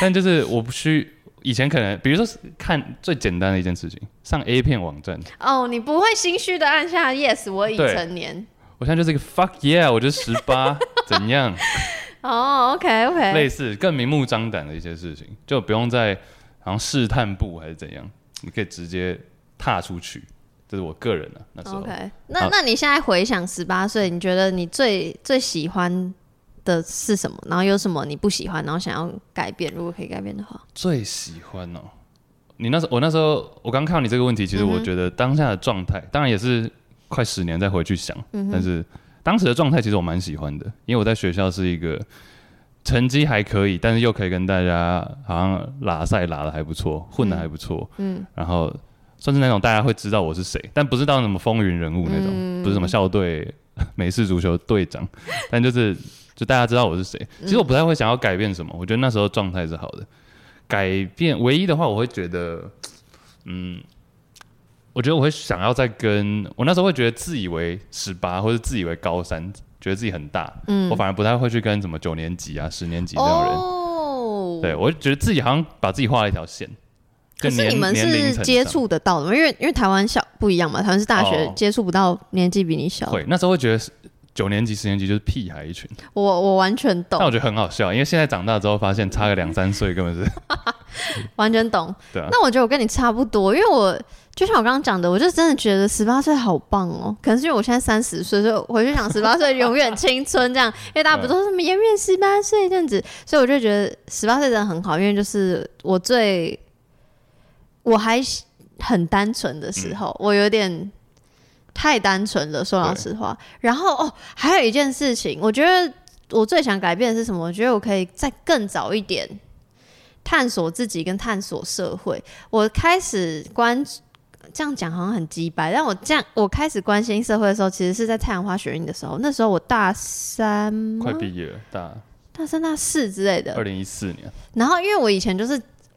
B: 但就是我不需以前可能，比如说是看最简单的一件事情，上 A 片网站，
A: 哦，你不会心虚的按下 yes，我已
B: 对
A: 成年。
B: 我现在就是一个 fuck yeah，我就十八，怎样？
A: 哦，OK OK，
B: 类似更明目张胆的一些事情，就不用再好像试探步还是怎样，你可以直接踏出去。这是我个人啊，那时候
A: OK。那
B: 好
A: 那你现在回想十八岁，你觉得你最最喜欢的是什么？然后有什么你不喜欢，然后想要改变？如果可以改变的话，
B: 最喜欢哦。你那时候，我那时候，我刚看到你这个问题，其实我觉得当下的状态，当然也是快十年再回去想，但是当时的状态其实我蛮喜欢的，因为我在学校是一个成绩还可以，但是又可以跟大家好像拉赛拉的还不错，混的还不错，嗯，然后算是那种大家会知道我是谁，但不是到什么风云人物那种，
A: 嗯
B: 不是什么校队、 美式足球队长，但就是就大家知道我是谁。
A: 嗯
B: 其实我不太会想要改变什么，我觉得那时候状态是好的。改变唯一的话，我会觉得，嗯，我觉得我会想要再跟我那时候会觉得自以为十八或者自以为高三，觉得自己很大，
A: 嗯
B: 我反而不太会去跟什么九年级啊、十年级这种人，
A: 哦
B: 对我就觉得自己好像把自己画了一条线。
A: 可
B: 就是年
A: 你们
B: 年龄
A: 是
B: 层
A: 接
B: 上
A: 触得到的吗？因为因为台湾小不一样嘛，台湾是大学
B: 哦
A: 接触不到年纪比你小的。
B: 会，那时候会觉得是九年级、十年级就是屁孩一群，
A: 我我完全
B: 但我
A: 懂，
B: 觉得很好笑，因为现在长大之后发现差个
A: 嗯
B: 两三岁根本是
A: 完全懂。
B: 对啊，
A: 那我觉得我跟你差不多，因为我就像我刚刚讲的，我就真的觉得十八岁好棒哦。可能是因为我现在三十岁，所以我回去想十八岁永远青春这样，因为大家不都说什么永远十八岁这样子，所以我就觉得十八岁真的很好，因为就是我最我还很单纯的时候，我有点太单纯了，说老实话。然后哦，还有一件事情，我觉得我最想改变的是什么？我觉得我可以再更早一点探索自己跟探索社会。我开始关这样讲好像很鸡掰，但我这样我开始关心社会的时候，其实是在太阳花学运的时候。那时候我大三吗
B: 快毕业了，大
A: 大三、大四之类的
B: 二。零一四年，
A: 然后因为我以前就是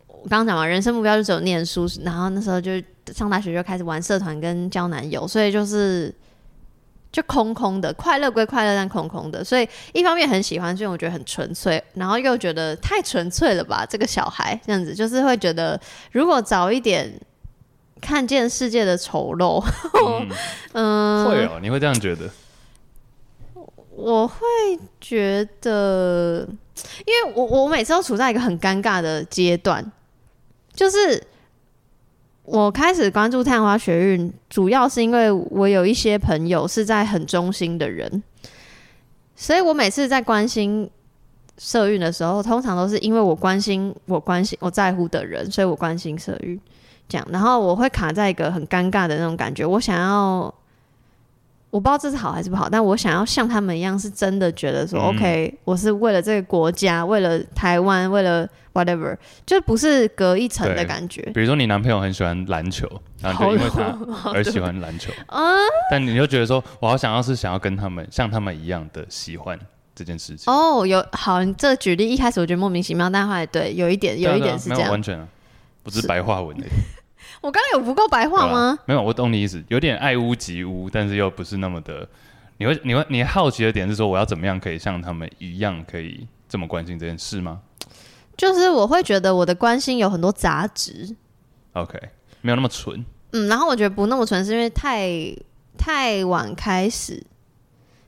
A: 我刚刚讲嘛，人生目标就只有念书，然后那时候就上大学就开始玩社团跟交男友，所以就是就空空的，快乐归快乐，但空空的。所以一方面很喜欢，所以我觉得很纯粹，然后又觉得太纯粹了吧，这个小孩这样子，就是会觉得如果早一点看见世界的丑陋， 哦嗯，
B: 会哦，你会这样觉得？
A: 我会觉得，因为我我每次都处在一个很尴尬的阶段，就是我开始关注太阳花学运，主要是因为我有一些朋友是在很中心的人，所以我每次在关心社运的时候，通常都是因为我关心我关心我在乎的人，所以我关心社运这样，然后我会卡在一个很尴尬的那种感觉，我想要我不知道这是好还是不好，但我想要像他们一样，是真的觉得说、
B: 嗯
A: o k 我是为了这个国家，为了台湾，为了 whatever，就不是隔一层的
B: 对
A: 感觉。
B: 比如说你男朋友很喜欢篮球，然后
A: 好
B: 你就因为
A: 浪
B: 他
A: 漫
B: 而喜欢篮球，
A: 嗯，
B: 但你就觉得说，我好想要是想要跟他们像他们一样的喜欢这件事情。
A: 哦，有好，你这个举例一开始我觉得莫名其妙，但后来对，有一点，
B: 对啊
A: 有一
B: 对啊
A: 点是
B: 没
A: 这
B: 有
A: 样。
B: 完全啊，不是
A: 是
B: 白话文的，
A: 我刚刚有不够白话吗？
B: 没有，我懂你意思，有点爱屋及乌，但是又不是那么的。你会你会你好奇的点是说，我要怎么样可以像他们一样可以这么关心这件事吗
A: 就是我会觉得我的关心有很多杂质，
B: ？OK，没有那么纯，
A: 嗯，然后我觉得不那么纯是因为太太晚开始，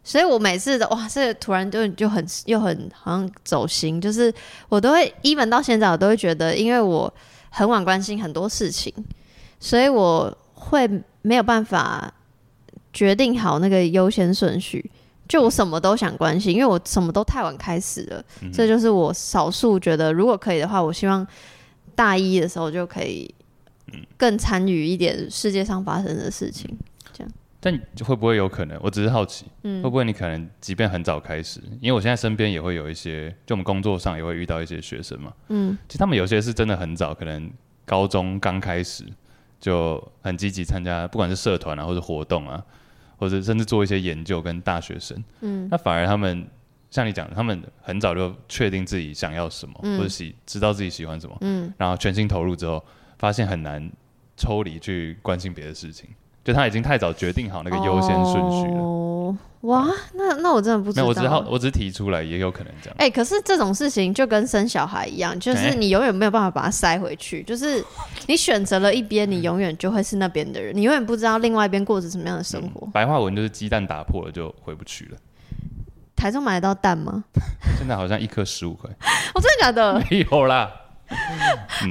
A: 所以我每次的哇，这个突然就就很又很好像走心，就是我都会 even 到现在我都会觉得，因为我很晚关心很多事情，所以我会没有办法决定好那个优先顺序。就我什么都想关心，因为我什么都太晚开始了，这就是我少数觉得如果可以的话，我希望大一的时候就可以更参与一点世界上发生的事情。
B: 嗯但会不会有可能？我只是好奇，会不会你可能即便很早开始，因为我现在身边也会有一些，就我们工作上也会遇到一些学生嘛，嗯，其实他们有些是真的很早，可能高中刚开始就很积极参加，不管是社团啊，或者活动啊，或者甚至做一些研究跟大学生，嗯，那反而他们像你讲的，他们很早就确定自己想要什么，或者喜知道自己喜欢什么，嗯，然后全心投入之后，发现很难抽离去关心别的事情。就他已经太早决定好那个优先顺序了，
A: 哦，哇，那那我真的不知道。
B: 没有，我只是好，我只是提出来，也有可能这样。
A: 哎、可是这种事情就跟生小孩一样，就是
B: 哎
A: 你永远没有办法把它塞回去， 就是你选择了一边，你永远就会是那边的人，你永远不知道另外一边过着什么样的生活。
B: 白话文就是鸡蛋打破了就回不去了。
A: 台中买得到蛋吗？
B: 现在好像一颗十五块，
A: 我、真的假的？
B: 没有啦。嗯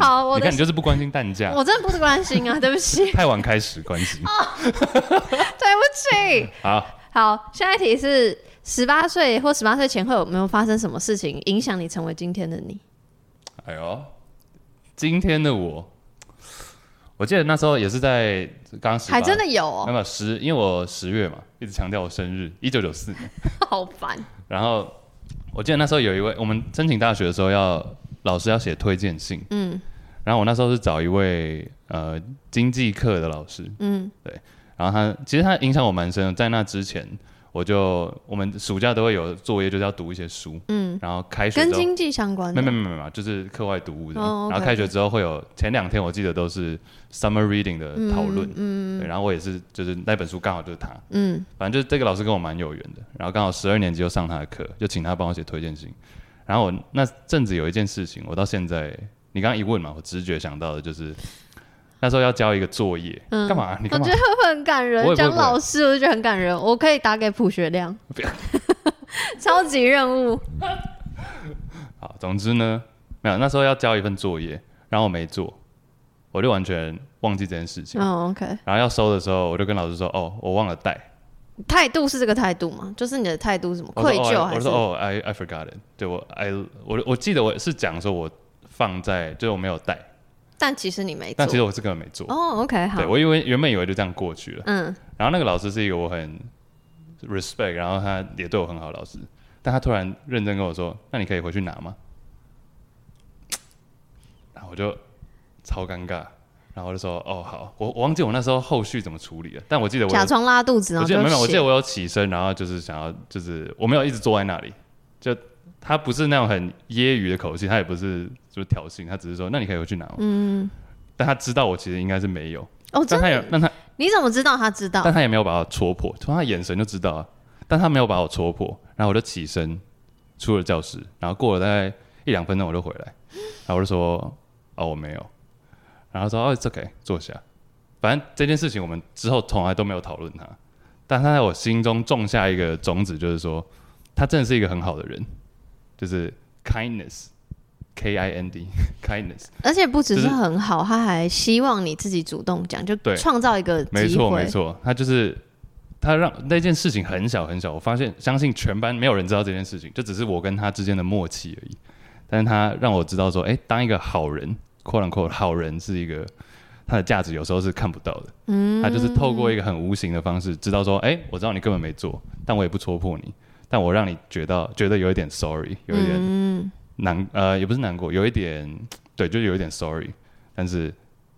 A: 好我
B: 你
A: 的
B: 看你就是不关心蛋价，
A: 我哦真的不是关心 啊，对不起，
B: 太晚开始关心。
A: 对不起。
B: 嗯好，
A: 好，下一题是十八岁或十八岁前后有没有发生什么事情影响你成为今天的你？
B: 哎呦，今天的我，我记得那时候也是在刚十八，
A: 还真的有
B: 没
A: 哦，
B: 有十，因为我十月嘛，一直强调我生日，一九九四年。
A: 好烦。
B: 然后我记得那时候有一位，我们申请大学的时候要老师要写推荐信，嗯，然后我那时候是找一位呃经济课的老师，
A: 嗯，
B: 然后他其实他影响我蛮深的，在那之前我就我们暑假都会有作业，就是要读一些书，嗯，然后开学
A: 跟
B: 之后。
A: 经济相关
B: 没
A: 的。
B: 没没没没，就是课外读物这样。
A: 哦
B: 然
A: OK，
B: 后开学之后会有前两天我记得都是 summer reading 的讨论，嗯对，然后我也是就是那本书刚好就是他，
A: 嗯，
B: 反正就是这个老师跟我蛮有缘的，然后刚好十二年级就上他的课，就请他帮我写推荐信。然后我那阵子有一件事情，我到现在你刚刚一问嘛，我直觉想到的就是那时候要交一个作业，
A: 嗯
B: 干嘛？你
A: 我
B: 干
A: 觉
B: 嘛
A: 得？会很感
B: 不
A: 人，
B: 会不会
A: 讲老师我就觉得很感人。我可以打给朴学亮
B: 不要，
A: 超级任务，
B: 好，总之呢，没有那时候要交一份作业，然后我没做，我就完全忘记这件事情。
A: 嗯，OK，
B: 然后要收的时候，我就跟老师说：“哦，我忘了带。
A: 态度是这个态度吗？就是你的态度是什么
B: 我说
A: 愧疚
B: 哦
A: 还
B: 我
A: 是
B: 说？哦，I I forgot it，对我 I 我我记得我是讲说我放在，就是我没有带，
A: 但其实你没做
B: 但其。实我是根本没做。
A: 哦，OK，好
B: 对，我以为原本以为就这样过去了。
A: 嗯，
B: 然后那个老师是一个我很 respect，然后他也对我很好的老师，但他突然认真跟我说：“那你可以回去拿吗？”然后我就超尴尬，然后我就说：“哦，好，我我忘记我那时候后续怎么处理了，但我记得我有
A: 假装拉肚子，然
B: 我
A: 后
B: 记
A: 就
B: 得没有，我记得
A: 写
B: 我有起身，然后就是想要，就是我没有一直坐在那里，就他不是那种很揶揄的口气，他也不是就是挑衅，他只是说那你可以回去拿。嗯，但他知道我其实应该是没有，
A: 哦，
B: 但
A: 真
B: 他也
A: 的，
B: 但他
A: 你怎么知道他知道
B: 但？他也没有把我戳破，从他眼神就知道啊，但他没有把我戳破，然后我就起身出了教室，然后过了大概一两分钟我就回来，然后我就说哦我没有，然后他说哦 it's OK 坐下，反正这件事情我们之后从来都没有讨论他，但他在我心中种下一个种子，就是说他真的是一个很好的人，就是 kindness k i n d kindness
A: 而且不只是
B: 就是
A: 很好，他还希望你自己主动讲，就
B: 对
A: 创造一个
B: 没
A: 机
B: 错
A: 会
B: 没。错，他就是他让那件事情很小很小，我发现相信全班没有人知道这件事情，就只是我跟他之间的默契而已。但是他让我知道说，哎、当一个好人（括 u 括好人）是一个它的价值有时候是看不到的。
A: 嗯，
B: 他就是透过一个很无形的方式，知道说，哎、我知道你根本没做，但我也不戳破你，但我让你觉到觉得有一点 sorry，有一点
A: 嗯
B: 难，呃，也不是难过，有一点，对，就有一点 sorry，但是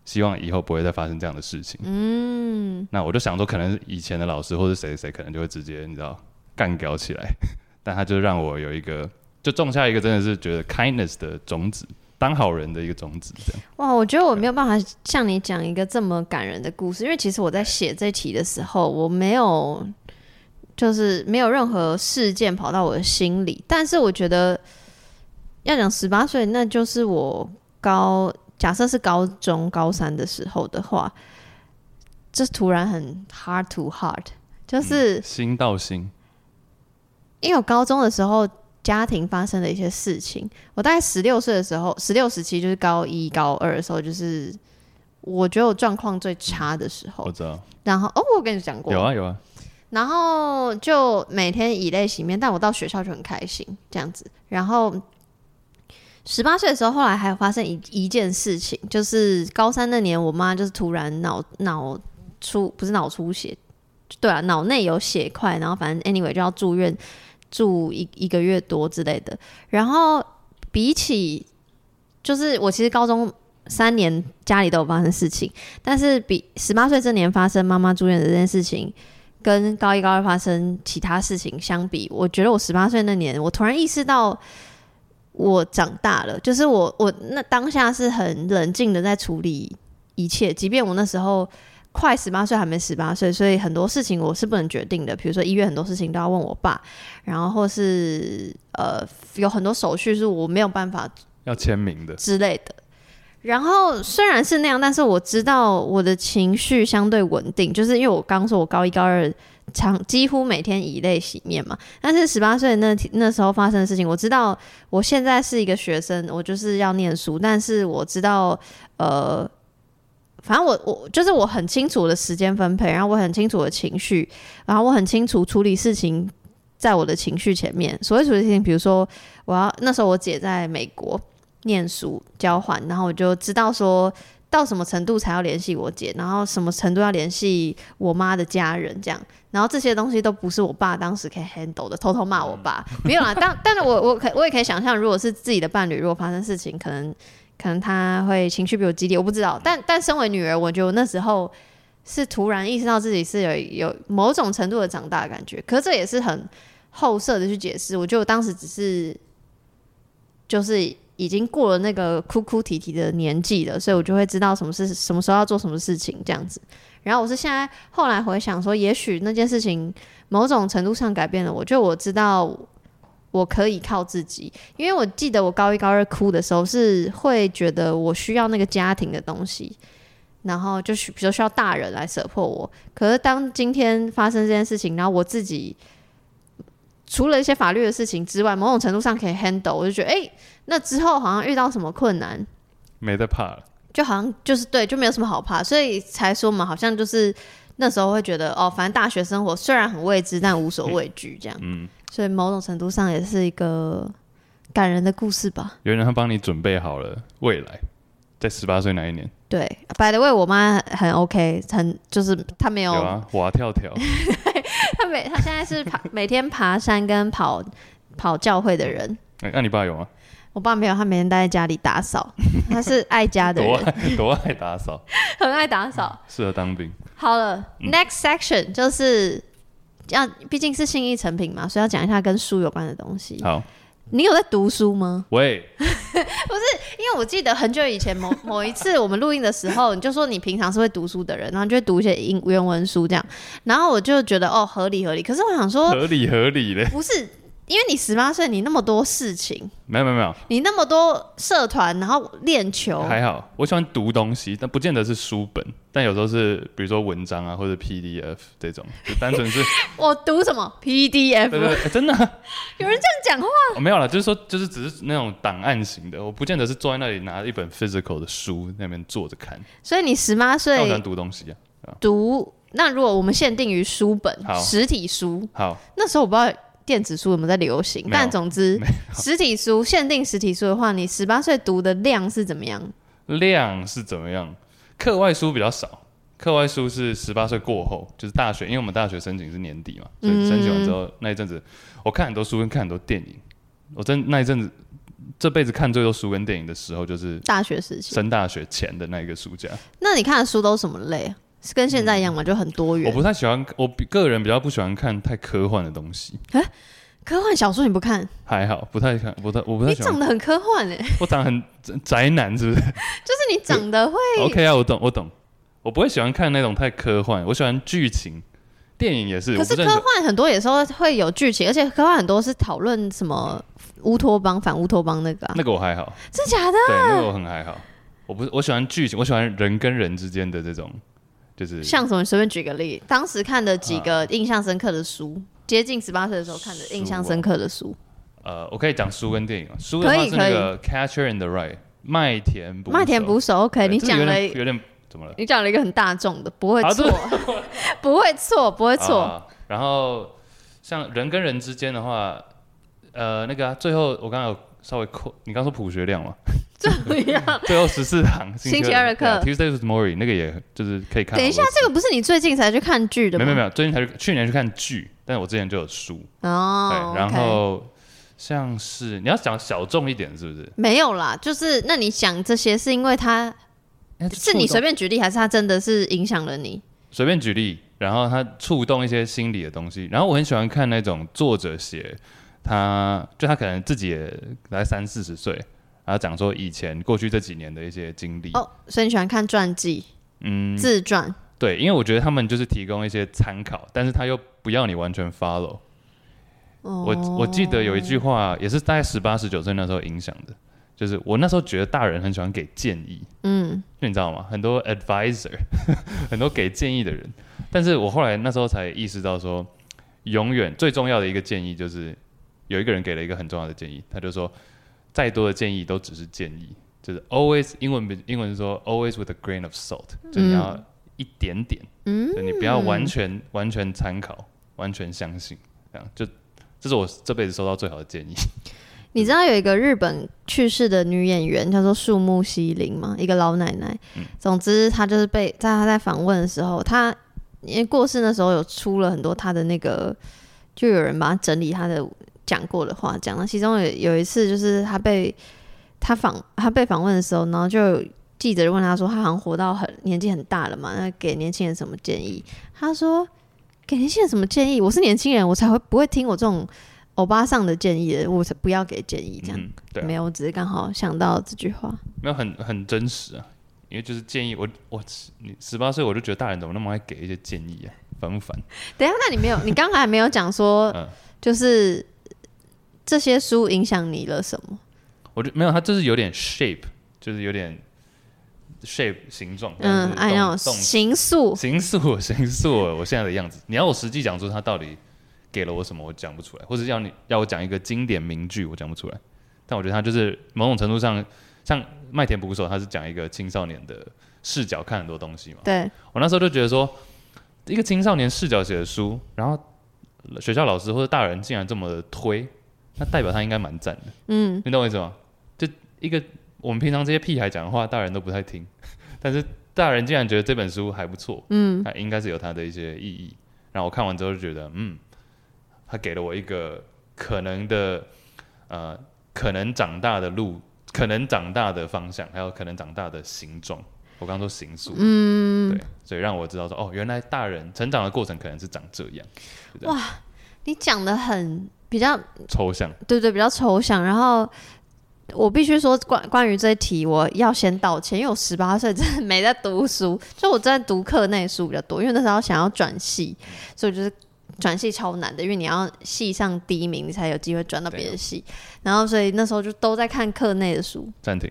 B: 希望以后不会再发生这样的事情。
A: 嗯，
B: 那我就想说，可能以前的老师或者谁谁谁，可能就会直接你知道干掉起来， 但他就让我有一个，就种下一个真的是觉得 kindness 的种子，当好人的一个种子，这样。
A: 哇，我觉得我没有办法像你讲一个这么感人的故事，因为其实我在写这题的时候，我没有就是没有任何事件跑到我的心里，但是我觉得要讲十八岁，那就是我高假设是高中高三的时候的话，这突然很 hard to hard，就是、
B: 心到心，
A: 因为我高中的时候家庭发生的一些事情，我大概十六岁的时候，十六十七就是高一高二的时候，就是我觉得我状况最差的时候
B: 我。知道，
A: 然后哦，我跟你讲过，
B: 有啊有啊，
A: 然后就每天以泪洗面，但我到学校就很开心这样子。然后十八岁的时候，后来还有发生一一件事情，就是高三那年，我妈就是突然脑脑出不是脑出血，对啊，脑内有血块，然后反正 anyway 就要住院住一一个月多之类的。然后比起就是我其实高中。三年家里都有发生事情，但是比十八岁这年发生妈妈住院的这件事情，跟高一高二发生其他事情相比，我觉得我十八岁那年，我突然意识到我长大了，就是我我那当下是很冷静的在处理一切，即便我那时候快十八岁还没十八岁，所以很多事情我是不能决定的，比如说医院很多事情都要问我爸，然后或是呃有很多手续是我没有办法
B: 要签名的，
A: 之类的。然后虽然是那样，但是我知道我的情绪相对稳定，就是因为我刚说我高一高二常几乎每天以泪洗面嘛。但是十八岁那那时候发生的事情，我知道我现在是一个学生，我就是要念书，但是我知道呃，反正我我就是我很清楚我的时间分配，然后我很清楚我的情绪，然后我很清楚处理事情在我的情绪前面。所谓处理事情，比如说我要那时候我姐在美国，念书交换，然后我就知道说到什么程度才要联系我姐，然后什么程度要联系我妈的家人这样，然后这些东西都不是我爸当时可以 handle 的，偷偷骂我爸、 没有啦。但但是我我可我也可以想象，如果是自己的伴侣，如果发生事情，可能可能他会情绪比我激烈，我不知道。但但身为女儿，我觉得我那时候是突然意识到自己是有有某种程度的长大的感觉，可是这也是很后设的去解释。我觉得我当时只是就是已经过了那个哭哭啼啼的年纪了，所以我就会知道什么事什么时候要做什么事情这样子。然后我是现在后来回想说，也许那件事情某种程度上改变了我，就我知道我可以靠自己，因为我记得我高一高二哭的时候是会觉得我需要那个家庭的东西。然后就是，比如说需要大人来舍破我。可是当今天发生这件事情，然后我自己除了一些法律的事情之外，某种程度上可以 handle，我就觉得，哎、那之后好像遇到什么困难，
B: 没得怕了。
A: 就好像就是对，就没有什么好怕，所以才说嘛，好像就是那时候会觉得哦，反正大学生活虽然很未知，但无所畏惧这样。
B: 嗯，
A: 所以某种程度上也是一个感人的故事吧。
B: 有人他帮你准备好了未来，在十八岁那一年，
A: 对，by the way，我妈很 OK，很就是她没有，
B: 有啊，滑跳跳，
A: 她每她现在是爬 每天爬山跟跑跑教会的人。
B: 哎那、你爸有吗？
A: 我爸没有，他每天待在家里打扫，他是爱家的
B: 多
A: 人，
B: 爱多爱打扫，
A: 很爱打扫。
B: 适合当兵。
A: 好了、n e
B: 嗯
A: x t section 就是要，毕竟是信义成品嘛，所以要讲一下跟书有关的东西。
B: 好，
A: 你有在读书吗？
B: 喂，
A: 因为我记得很久以前 某某一次我们录音的时候，你就说你平常是会读书的人，然后就会读一些英原文书这样，然后我就觉得哦合理合理，可是我想说
B: 合理合理的，
A: 不是，因为你十八岁，你那么多事情，
B: 没有没有没有，
A: 你那么多社团，然后练球，
B: 还好。我喜欢读东西，但不见得是书本，但有时候是比如说文章啊，或者 PDF 这种，就单纯是，
A: 我读什么 PDF？
B: 对对对，哎真的啊、
A: 有人这样讲话？
B: 哦没有啦，就是说，就是只是那种档案型的，我不见得是坐在那里拿一本 physical 的书那边坐着看，
A: 所以你十八
B: 但我喜
A: 岁
B: 欢读东西啊。
A: 读，那如果我们限定于书本、
B: 好
A: 实体书，
B: 好，
A: 那时候我不知道电子书有没有在流行，
B: 没有
A: 但总之实体书限定实体书的话，你十八岁读的量是怎么样？
B: 量是怎么样？课外书比较少，课外书是十八岁过后，就是大学，因为我们大学申请是年底嘛，所以申请完之后、那一阵子，我看很多书跟看很多电影，我真那一阵子这辈子看最多书跟电影的时候，就是
A: 大学时期。
B: 升大学前的那一个暑假。
A: 那你看的书都什么类啊？是跟现在一样吗？就很多
B: 嗯我
A: 元。
B: 不太喜欢，我比个人比较不喜欢看太科幻的东西，
A: 科幻小说你不看？
B: 还好，不太看，不太，我不太
A: 你
B: 喜欢
A: 长。得很科幻 哎、
B: 我长得很宅宅男，是不是
A: 就是你长得会
B: ？OK 啊，我懂，我懂。我不会喜欢看那种太科幻，我喜欢剧情，电影也是。
A: 可是
B: 我不
A: 科
B: 很喜欢
A: 幻很多有时候会有剧情，而且科幻很多是讨论什么乌托邦、反乌托邦那个、啊，
B: 那个我还好，
A: 真假的？
B: 对，那个我很还好。我不是我喜欢剧情，我喜欢人跟人之间的这种，就是
A: 像什么？你随便举个例，当时看的
B: 啊
A: 几个印象深刻的书，接近十八岁的时候看
B: 哦
A: 的印象深刻的书，
B: 呃，我可以讲书跟电影啊。书的话
A: 可以
B: 是那
A: 可以
B: 个《Catcher in the Rye》，麦田捕
A: 麦田
B: 手
A: 捕手。OK，
B: 对
A: 你
B: 这个
A: 讲
B: 有
A: 了，
B: 点有点怎么了？
A: 你讲了一个很大众的，不会
B: 啊
A: 错， 不会错，不会错。
B: 啊然后像人跟人之间的话，呃，那个、啊、最后我刚刚有稍微扣，你刚说普学 量嘛，
A: 不 一样。
B: 最后十四堂
A: 星期二的课
B: Tuesday with Mori 那个也就是可以看好多次。
A: 等一下，这个不是你最近才去看剧的
B: 没
A: 吗？
B: 有没有没有，最近才去去年去看剧，但我之前就有书，
A: 有。
B: 对，
A: 哦，
B: 然
A: OK
B: 后像是你要讲小众一点是不是？
A: 没有啦，就是那你想这些是因为他是你随
B: 随
A: 便举例，还是他真的是影响了你？
B: 随便举例，然后它触动一些心理的东西，然后我很喜欢看那种作者写他就他可能自己也大概三四十岁，然后讲说以前过去这几年的一些经历，
A: 哦，所以你喜欢看传记、
B: 嗯，
A: 自传，
B: 对，因为我觉得他们就是提供一些参考，但是他又不要你完全 follow。我我记得有一句话也是大概十八十九岁那时候影响的，就是我那时候觉得大人很喜欢给建议，
A: 嗯，
B: 就你知道吗？很多 advisor，很 多给建议的人，但是我后来那时候才意识到说，永远最重要的一个建议就是有一个人给了一个很重要的建议，他就说，再多的建议都只是建议，就是 always 英文英文是说 always with a grain of salt，就
A: 嗯
B: 你要一点点，嗯，你不要完全完全参考，完全相信，这样就这是我这辈子收到最好的建议。
A: 你知道有一个日本去世的女演员叫做树木希林吗？一个老奶奶。总之，她就是被在她在访问的时候，她因为过世的时候有出了很多她的那个，就有人把她整理她的讲过的话，讲了。其中有有一次就是她被她访她被访问的时候，然后就有记者就问她说，她好像活到很年纪很大了嘛，那给年轻人什么建议？她说。给年轻人什么建议？我是年轻人，我才会不会听我这种欧巴上的建议的，我才不要给建议这样。
B: 嗯，对啊、
A: 没有，我只是刚好想到这句话。
B: 没有很很真实啊，因为就是建议我我你十八岁我就觉得大人怎么那么爱给一些建议啊，烦不烦？
A: 等一下，那你没有，你刚才没有讲说，
B: 嗯
A: 就是这些书影响你了什么？
B: 我就没有，它就是有点 shape，就是有点 shape 形状，
A: 嗯，
B: 哎
A: 哎呀，
B: 动
A: 形塑，
B: 形塑 形塑我现在的样子。你要我实际讲出它到底给了我什么，我讲不出来，或者要你要我讲一个经典名句，我讲不出来。但我觉得它就是某种程度上，像麦田捕手，他是讲一个青少年的视角看很多东西嘛。
A: 对，
B: 我那时候就觉得说，一个青少年视角写的书，然后学校老师或者大人竟然这么的推，那代表他应该蛮赞的，
A: 嗯，
B: 你懂我意思吗？就一个我们平常这些屁孩讲的话，大人都不太听， 但是大人竟然觉得这本书还不错，嗯，那应该是有它的一些意义。然后我看完之后就觉得，嗯，他给了我一个可能的，呃，可能长大的路，可能长大的方向，还有可能长大的形状。我刚刚说形塑，对，所以让我知道说，哦，原来大人成长的过程可能是长这样，
A: 你讲的很比较
B: 抽象。
A: 对对，比较抽象。然后我必须说关关于这一题，我要先道歉，因为我十八岁真的没在读书，就我真的读课内书比较多，因为那时候想要转
B: 嗯
A: 系，所以我就是。转系超难的，因为你要系上第一名，你才有机会转到
B: 啊
A: 别的系。然后，所以那时候就都在看课内的书。
B: 暂停。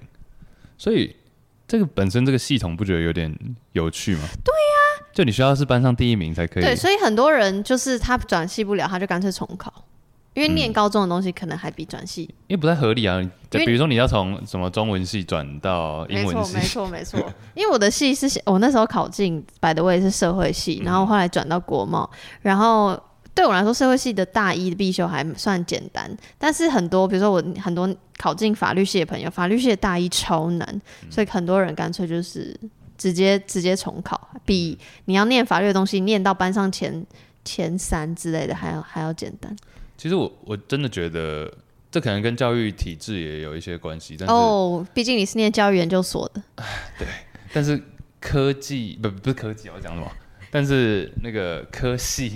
B: 所以这个本身这个系统不觉得有点有趣吗？对呀、就你需要是班上第一名才可以。
A: 对，所以很多人就是他转系不了，他就干脆重考，因为
B: 嗯
A: 念高中的东西可能还比转系。
B: 因为不太合理啊。
A: 因
B: 就
A: 为
B: 比如说你要从什么中文系转到哦英
A: 没
B: 文
A: 错，没
B: 系，嗯
A: 错，没错。 因为我的系是我那时候考进百的位是社会系，然后后来转到国贸，然后对我来说社会系的大一必修还算简单，但是很多比如说我很
B: 嗯
A: 多考进法律系的朋友，法律系的大一超难，所以很多人干脆就是直接直接重考，
B: 嗯
A: 比你要念法律的东西念到班上前前三之类的还要还要简单。
B: 其实我我真的觉得，这可能跟教育体制也有一些关系，但是、
A: 哦，毕竟你是念教育研究所的，
B: 但是科技不不是科技，我讲什么？但是那个科系，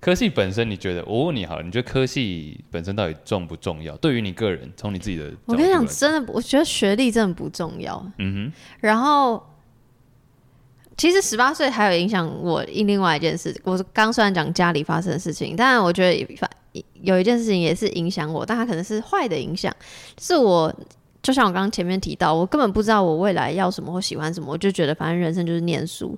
B: 科系本身，你觉得我问你好了，你觉得科系本身到底重不重要？对于你个人，从你自己的角度
A: 我跟你
B: 来
A: 讲，真的不，我觉得学历真的不重要。
B: 嗯
A: 然后，其实十八岁还有影响我另外一件事，我刚虽然讲家里发生的事情，但我觉得也反有一件事情也是影响我，但它可能是坏的影响，是我。就像我刚刚前面提到，我根本不知道我未来要什么或喜欢什么，我就觉得反正人生就是念书。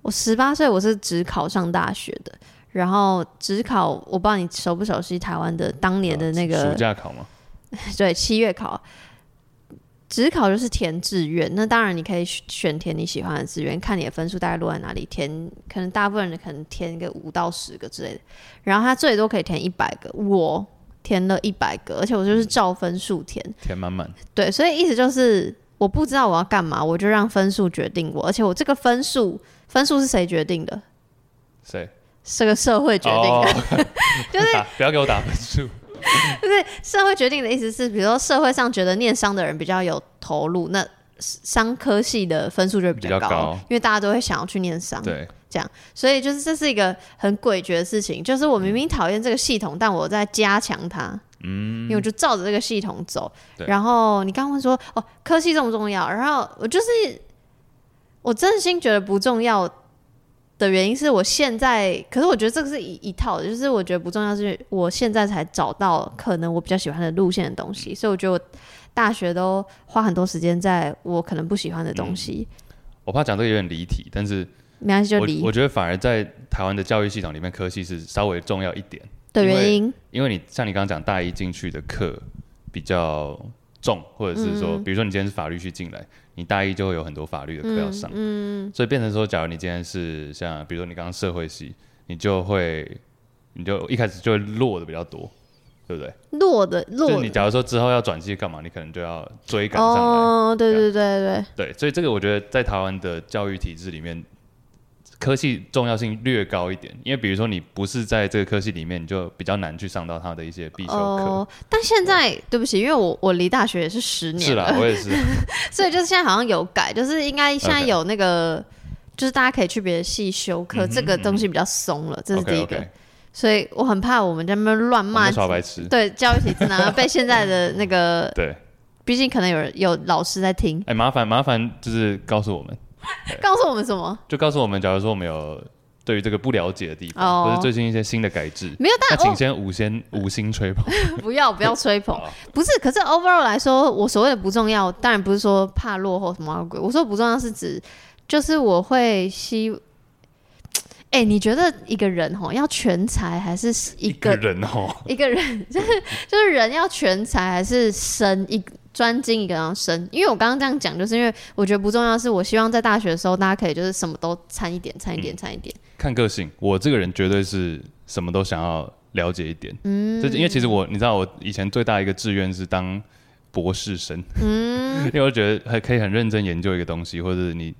A: 我十八岁我是只考上大学的，然后只考，我不知道你熟不熟悉台湾的当
B: 嗯哼，
A: 年的那个、
B: 暑假考嘛，
A: 对，七月考，只考就是填志愿。那当然你可以选选填你喜欢的志愿，看你的分数大概落在哪里填。可能大部分人可能填个五到十个之类的，然后他最多可以填一百个。我填了一百个，而且我就是照分数填。
B: 填满满，
A: 对，所以意思就是我不知道我要干嘛，我就让分数决定我，而且我这个分数分数是谁决定的？
B: 谁
A: 这个社会决定的。
B: 哦、就是打不要给我打分数，
A: 社会决定的意思是，比如说社会上觉得念商的人比较有投入，那商科系的分数就会比较
B: 比较高
A: 因为大家都会想要去念商。
B: 对，
A: 所以就是这是一个很诡谲的事情，就是我明明讨厌这个系统，但我在加强它。嗯，因为我就照着这个系统走。
B: 对
A: 然后你刚刚问说，哦，科系重不重要？啊然后我就是我真心觉得不重要的原因是我现在，可是我觉得这个是一一套的，就是我觉得不重要是我现在才找到可能我比较喜欢的路线的东
B: 嗯
A: 西，所以我觉得我大学都花很多时间在我可能不喜欢的东西，
B: 我怕讲这个有点离题，但是
A: 没关系就
B: 嗯我
A: 离
B: 我觉得反而在台湾的教育系统里面，科系是稍微重要一点，
A: 的
B: 因
A: 原
B: 为
A: 因。
B: 因为你像你刚刚讲大一进去的课比较重，或者是说，
A: 嗯
B: 比如说你今天是法律系进来，你大一就会有很多法律的课要上，
A: 嗯
B: 所以变成说，假如你今天是像比如说你刚刚社会系，你就会你就一开始就会落的比较多，对不对？
A: 弱的弱
B: 就
A: 的
B: 是你假如说之后要转系干嘛，你可能就要追赶上来，
A: 哦，对对对对
B: 对，所以这个我觉得在台湾的教育体制里面，科系重要性略高一点，因为比如说你不是在这个科系里面，你就比较难去上到它的一些必
A: 对，
B: 修课。
A: 哦，但现在对不起，因为我我离大学也是十年
B: 是
A: 了，
B: 啦，我也是。
A: 所以就是现在好像有改，就是应该现在
B: OK 嗯
A: 有那个就是大家可以去别的系修课，这个东西比较松了， 这是第
B: OK
A: 一个。
B: OK，
A: 所以我很怕我们在那边乱
B: 我
A: 骂
B: 们，耍白痴。
A: 对教育体制，然后被现在的那个，
B: 对，
A: 毕竟可能有人有老师在听，
B: 哎，麻烦麻烦，就是告诉我们，
A: 告诉我们什么？
B: 就告诉我们，假如说我们有对于这个不了解的地方，
A: 哦
B: 或者最近一些新的改制，
A: 没有，
B: 那
A: 但
B: 请
A: 哦，
B: 先五星五星吹捧。
A: 不要不要吹捧，
B: 好
A: 不是，可是 overall 来说，我所谓的不重要，当然不是说怕落后什么啊鬼。我说不重要是指，就是我会希，哎、你觉得一个人吼要全才还是一
B: 一个
A: 个
B: 人哦，
A: 一个人，就是就是人要全才还是深一专精一个人要深？因为我刚刚这样讲，就是因为我觉得不重要，是我希望在大学的时候，大家可以就是什么都掺一点，掺一点，掺一点。
B: 看个性，我这个人绝对是什么都想要了解一点。嗯，就是因为其实我，你知道，我以前最大一个志愿是当博士生。嗯， 因为我觉得还可以很认真研究一个东西，或者是你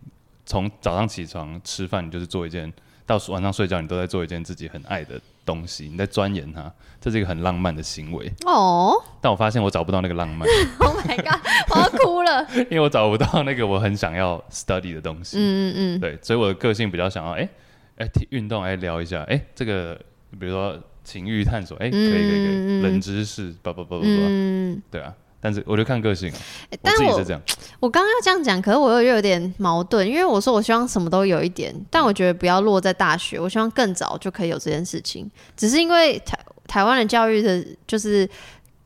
B: 从早上起床吃饭，你就是做一件，到晚上睡觉，你都在做一件自己很爱的东西，你在钻研它，这是一个很浪漫的行为。
A: 哦、
B: 但我发现我找不到那个浪漫，
A: o h Oh my god，我要哭了。
B: 因为我找不到那个我很想要 study 的东西。
A: 嗯嗯嗯。
B: 对，所以我的个性比较想要，哎、哎，体运动，哎、聊一下，哎、这个比如说情欲探索，哎、可以可以可
A: 嗯
B: 以，冷知识，叭叭叭叭叭，对啊。但是我就看个性啊，我
A: 但
B: 自己
A: 我
B: 是这样，
A: 我刚刚要这样讲，可是我又又有点矛盾，因为我说我希望什么都有一点，但我觉得不要落在大学，我希望更早就可以有这件事情。只是因为台台湾的教育的，就是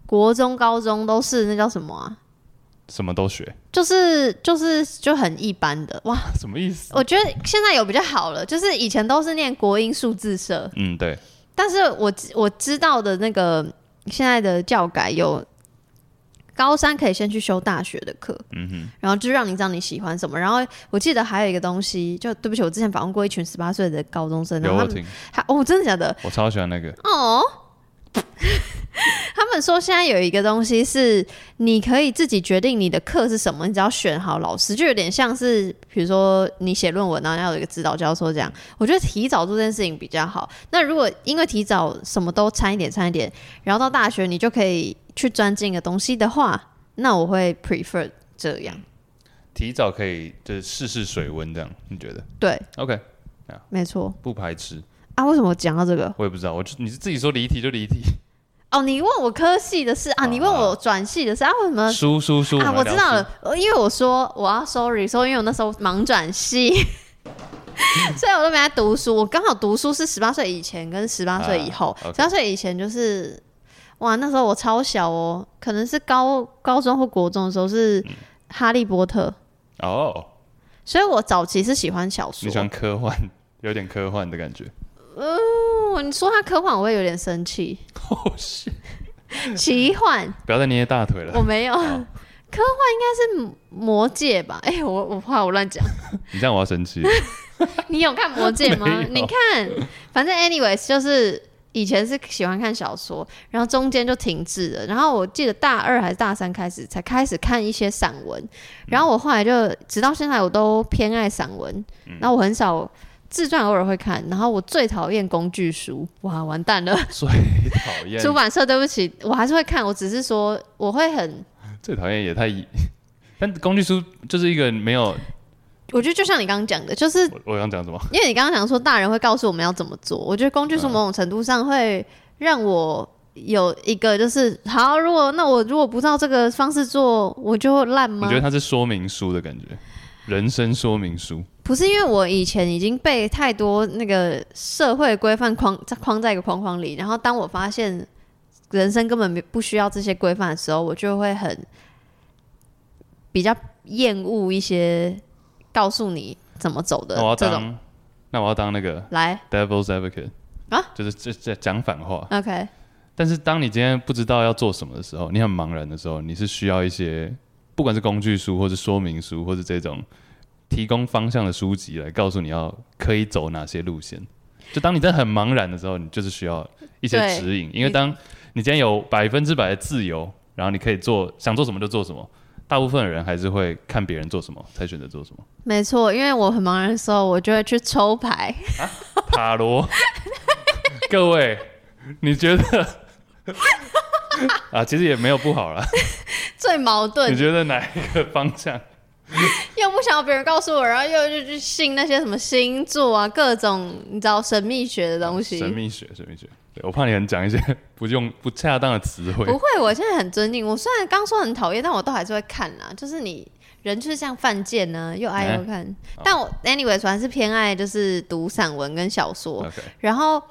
A: 国中、高中都是那叫什么啊？
B: 什么都学，
A: 就是就是就很一般的哇，
B: 什么意思？啊
A: 我觉得现在有比较好了，就是以前都是念国英数字社，
B: 嗯，对，
A: 但是我知我知道的那个现在的教改有高三可以先去修大学的课，
B: 嗯哼，
A: 然后就让你知道你喜欢什么。然后我记得还有一个东西，就对不起，我之前访问过一群十八岁的高中生，然
B: 有
A: 后
B: 我
A: 他们
B: 听，
A: 还哦，真的假的？
B: 我超喜欢那个，
A: 哦，他们们说现在有一个东西是你可以自己决定你的课是什么，你只要选好老师，就有点像是比如说你写论文，然后要有一个指导教授这样。我觉得提早做这件事情比较好。那如果因为提早什么都掺一点掺一点，然后到大学你就可以去钻进一个东西的话，那我会 prefer 这样。
B: 提早可以就是试试水温这样，你觉得
A: 对，
B: ？OK，
A: 没错
B: 不排斥，
A: 啊。为什么我讲到这个？
B: 我也不知道，我就你是自己说离题就离题，
A: 哦，你问我科系的事啊，你问我转系的事啊，为什么
B: 输输输
A: 啊，
B: 们
A: 我
B: 聊
A: 知道
B: 书
A: 了，呃因为我说我要 sorry，说因为我那时候忙转系， 所以我都没在读书。我刚好读书是十八岁以前跟十八岁以后，
B: 啊
A: 十
B: ，OK
A: 八岁以前就是哇，那时候我超小哦，可能是高高中或国中的时候是《
B: 嗯
A: 哈利波特》
B: 哦，
A: 所以我早期是喜欢小说
B: 你喜。欢科幻， 有点科幻的感觉。
A: 嗯，你说它科幻，我会有点生气。
B: 哦，是，
A: 奇 幻，
B: 不要再捏大腿了
A: 我。没 有。科幻应
B: 好
A: 该是魔戒吧？哎、我我怕我乱讲。
B: 你这样我要生气了。
A: 你有看《魔戒》吗
B: 没有？
A: 你看，反正 anyways 就是以前是喜欢看小说，然后中间就停滞了。然后我记得大二还是大三开始才开始看一些散文，然后我后来就直到现在我都偏爱散文，
B: 嗯
A: 然后我很少。自传偶尔会看，然后我最讨厌工具书，哇，完蛋了！
B: 最讨厌，
A: 出版社，对不起，我还是会看，我只是说我会很，
B: 最讨厌也太， 但工具书就是一个没有，
A: 我觉得就像你刚刚讲的，就是
B: 我我想讲什么？
A: 因为你刚刚讲说大人会告诉我们要怎么做，我觉得工
B: 嗯
A: 具书某种程度上会让我有一个就是，好，如果那我如果不照这个方式做，我就会烂
B: 你
A: 吗
B: 觉？得它是说明书的感觉？人生说明书，
A: 不是，因为我以前已经被太多那个社会规范框在框在一个框框里，然后当我发现人生根本没不需要这些规范的时候，我就会很比较厌恶一些告诉你怎么走的
B: 那我要
A: 这种。
B: 哦当，那我要当那个
A: 来
B: devil's advocate
A: 啊，
B: 就是这这讲反话。
A: ，OK，
B: 但是当你今天不知道要做什么的时候，你很茫然的时候，你是需要一些不管是工具书，或是说明书，或是这种提供方向的书籍来告诉你要可以走哪些路线。就当你真的很茫然的时候，你就是需要一些
A: 对
B: 指引，因为当你今天有百分之百的自由，然后你可以做想做什么就做什么。大部分的人还是会看别人做什么才选择做什么。
A: 没错，因为我很茫然的时候，我就会去抽牌。
B: 塔罗，各位，你觉得 啊？其实也没有不好啦。
A: 最矛
B: 你
A: 盾，
B: 觉得哪一个方向？
A: 又不想要别人告诉我，然后又就去信那些什么星座啊，各种你知道神秘学的 东西。
B: 神秘学，神秘学。对我怕你很讲一些 不用不恰当的词汇。
A: 不会，我现在很尊敬。我虽然刚说很讨厌，但我都还是会看啦。就是你人就是这样犯贱呢、又爱又
B: 哎
A: 看。但我 anyway 还是偏爱就是读散文跟小说。
B: OK，
A: 然后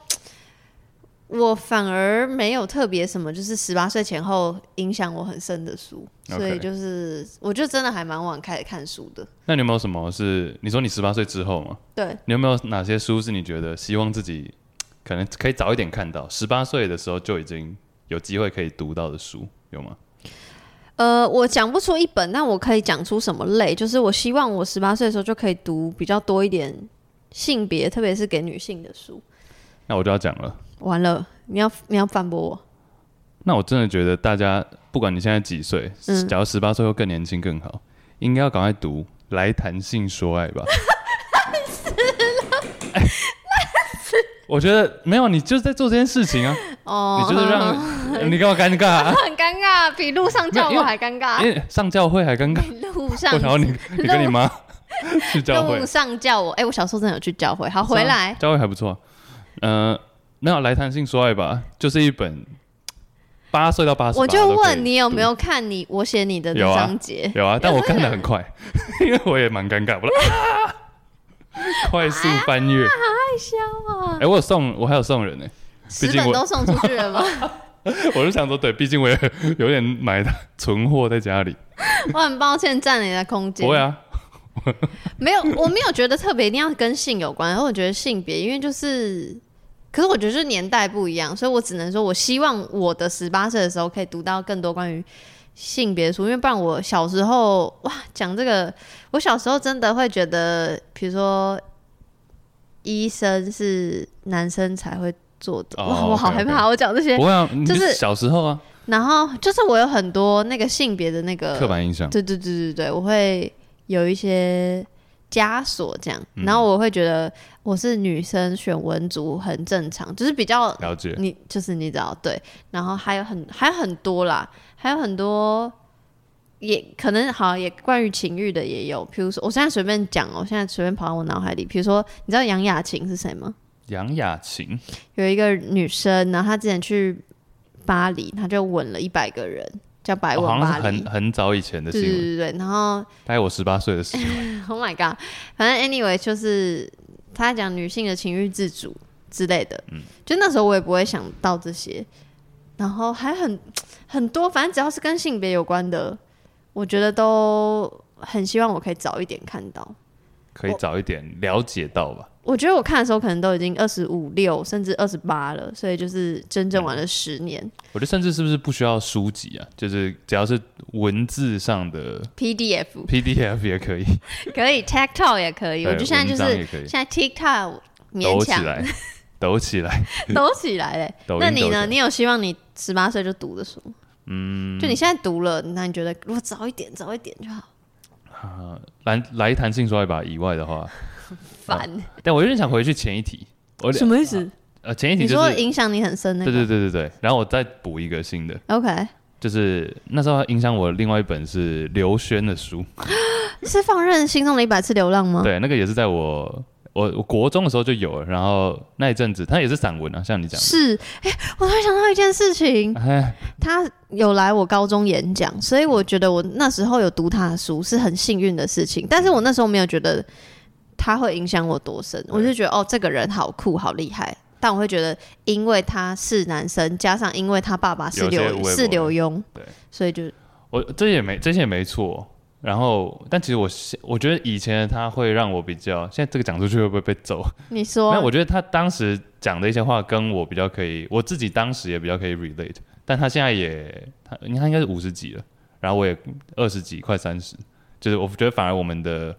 A: 我反而没有特别什么，就是十八岁前后影响我很深的书
B: OK
A: 所以就是我就真的还蛮晚开始看书的。
B: 那你有没有什么是你说你十八岁之后嘛？
A: 对，
B: 你有没有哪些书是你觉得希望自己可能可以早一点看到，十八岁的时候就已经有机会可以读到的书，有吗？
A: 呃，我讲不出一本，但我可以讲出什么类，就是我希望我十八岁的时候就可以读比较多一点性别，特别是给女性的书。
B: 那我就要讲了。
A: 完了，你要你要反驳我？
B: 那我真的觉得大家，不管你现在几岁，
A: 嗯
B: 假如十八岁或更年轻更好，应该要赶快读《来谈性说爱》吧。烂死了，我觉得没有，你就是在做这件事情啊！
A: 哦，
B: 你就是让你干嘛尴尬、啊？
A: 很尴尬，比路上叫
B: 没有因
A: 我
B: 为
A: 还尴尬
B: 因。为上教会还尴尬，
A: 比路上
B: 我想要你你跟 你妈去教会啊
A: 路，上叫我，哎、我小时候真的有去教会。好，回来，
B: 教会还不错、嗯、呃，那《来谈性说爱》吧，就是一本八岁到八十，
A: 我就问你有没有看你我写你的那章节？
B: 有啊，但我看的很快， 因为我也蛮尴尬，我说啊，快速翻阅。
A: 太香 啊
B: 哎、！我有送，我还有送人呢、
A: 十
B: 毕竟
A: 本
B: 我
A: 都送出去了 吗？
B: 我就想说，对，毕竟我也 有点买的存货在家里。
A: 我很抱歉占了你的空间。
B: 不会啊，
A: 没有，我没有觉得特别一定要跟性有关，然后我觉得性别，因为就是，可是我觉得就是年代不一样，所以我只能说，我希望我的十八岁的时候可以读到更多关于性别的书，因为不然我小时候哇，讲这个，我小时候真的会觉得，比如说医生是男生才会做的，
B: 哦
A: 哇，我好
B: OK，OK
A: 害怕，我讲这些
B: 不。会啊，你
A: 就是
B: 小时候啊，
A: 然后就是我有很多那个性别的那个
B: 刻板印象。
A: 对对对对对，我会有一些枷锁这样，
B: 嗯
A: 然后我会觉得我是女生选文族很正常，就是比较
B: 了 解，
A: 你就是你知道对，然后还有很还有很多啦，还有很多。也可能好，也关于情欲的也有，比如说我现在随便讲哦，我现在随便跑到我脑海里，比如说你知道杨雅琴是谁吗？
B: 杨雅琴，
A: 有一个女生，然后她之前去巴黎，她就吻了一百个人，叫白
B: 哦
A: 吻
B: 好像
A: 巴
B: 是
A: 黎。
B: 很很早以前的
A: 对
B: 新
A: 对对
B: 闻，
A: 对，对然后
B: 大概我十八 岁的时候。
A: Oh my god！反正 anyway 就是他在讲女性的情欲自主之类的，
B: 嗯
A: 就那时候我也不会想到这些，然后还很很多，反正只要是跟性别有关的，我觉得都很希望我可以早一点看到。
B: 可以早一点了解到吧？
A: 我觉得我看的时候可能都已经二十五六甚至二十八了，所以就是真正玩了十年。
B: 我觉得甚至是不是不需要书籍啊，就是只要是文字上的
A: PDF
B: PDF 也可以，
A: 可以，TikTok 也可以，我觉
B: 对
A: 得现在就
B: 文章
A: 是
B: 也可以
A: 现在 TikTok 勉
B: 抖起
A: 强
B: 来，抖起来。
A: 抖起来嘞。
B: 抖音
A: 那你
B: 抖起
A: 呢？
B: 来
A: 你有希望你十八岁就读的书？嗯，就你现在读了，那你觉得如果早一点，早一点就好
B: 来来谈性说爱吧以外的话，
A: 烦。
B: 但我有点想回去前一题，我
A: 什么意思？
B: 呃前一
A: 你
B: 题就
A: 说
B: 是
A: 影响你很深那
B: 对
A: 个？
B: 对对对对，然后我再补一个新的，
A: OK，
B: 就是那时候影响我另外一本是刘轩的书，
A: 是放任心中的一百次流浪吗？
B: 对，那个也是在我我我国中的时候就有了，然后那一阵子它也是散文啊，像你讲的，
A: 是，哎、我突然想到一件事情，
B: 哎，
A: 他有来我高中演讲，所以我觉得我那时候有读他的书是很幸运的事情，但是我那时候没有觉得他会影响我多深，我就觉得哦，这个人好酷，好厉害。但我会觉得，因为他是男生，加上因为他爸爸是
B: 有些微
A: 刘
B: 博
A: 是刘墉，
B: 对，
A: 所以就
B: 我这也没这些也没错。然后，但其实我现我觉得以前的他会让我比较，现在这个讲出去会不会被揍？
A: 你
B: 那
A: 说
B: 我觉得他当时讲的一些话跟我比较可以，我自己当时也比较可以 relate，但他现在也他你看应该是五十几了，然后我也二十几快三十，就是我觉得反而我们的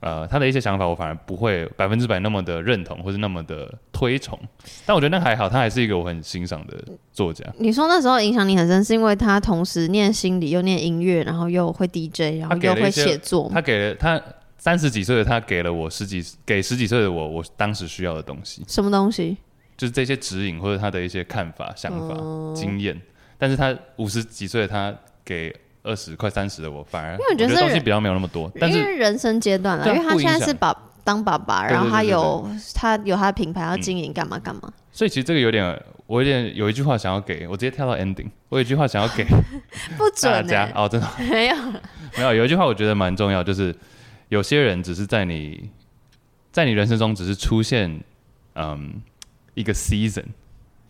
B: 呃他的一些想法我反而不会百分之百那么的认同或是那么的推崇，但我觉得那还好，他还是一个我很欣赏的作家，
A: 你说那时候影响你很深，是因为他同时念心理又念音乐，然后又会 DJ，然后
B: 他给
A: 又
B: 了
A: 会
B: 一些
A: 写作吗，
B: 他给了他三十几岁的他给了我十几给十几岁的我我当时需要的东西，
A: 什么东西？
B: 就是这些指引或者他的一些看法、想法、
A: 嗯
B: 经验。但是他五十几岁的他给二十快三十的我，反而因
A: 为我觉得这
B: 东西
A: 人
B: 比较没有那么多，但
A: 因
B: 是
A: 为人生阶段了，
B: 对啊
A: 因为他
B: 不
A: 现
B: 影
A: 在是
B: 响
A: 爸当爸爸，
B: 对对
A: 然后他
B: 对对
A: 有他有他的品牌要
B: 嗯
A: 经营，干嘛干嘛。
B: 所以其实这个有点，我有点有一句话想要给我直接跳到 ending，我有一句话想要给
A: 不
B: 嗯 大
A: 准
B: 家、
A: 欸，
B: 哦，真的
A: 没有，
B: 没有有一句话我觉得蛮重要，就是有些人只是在你在你人生中只是出现嗯一个 season，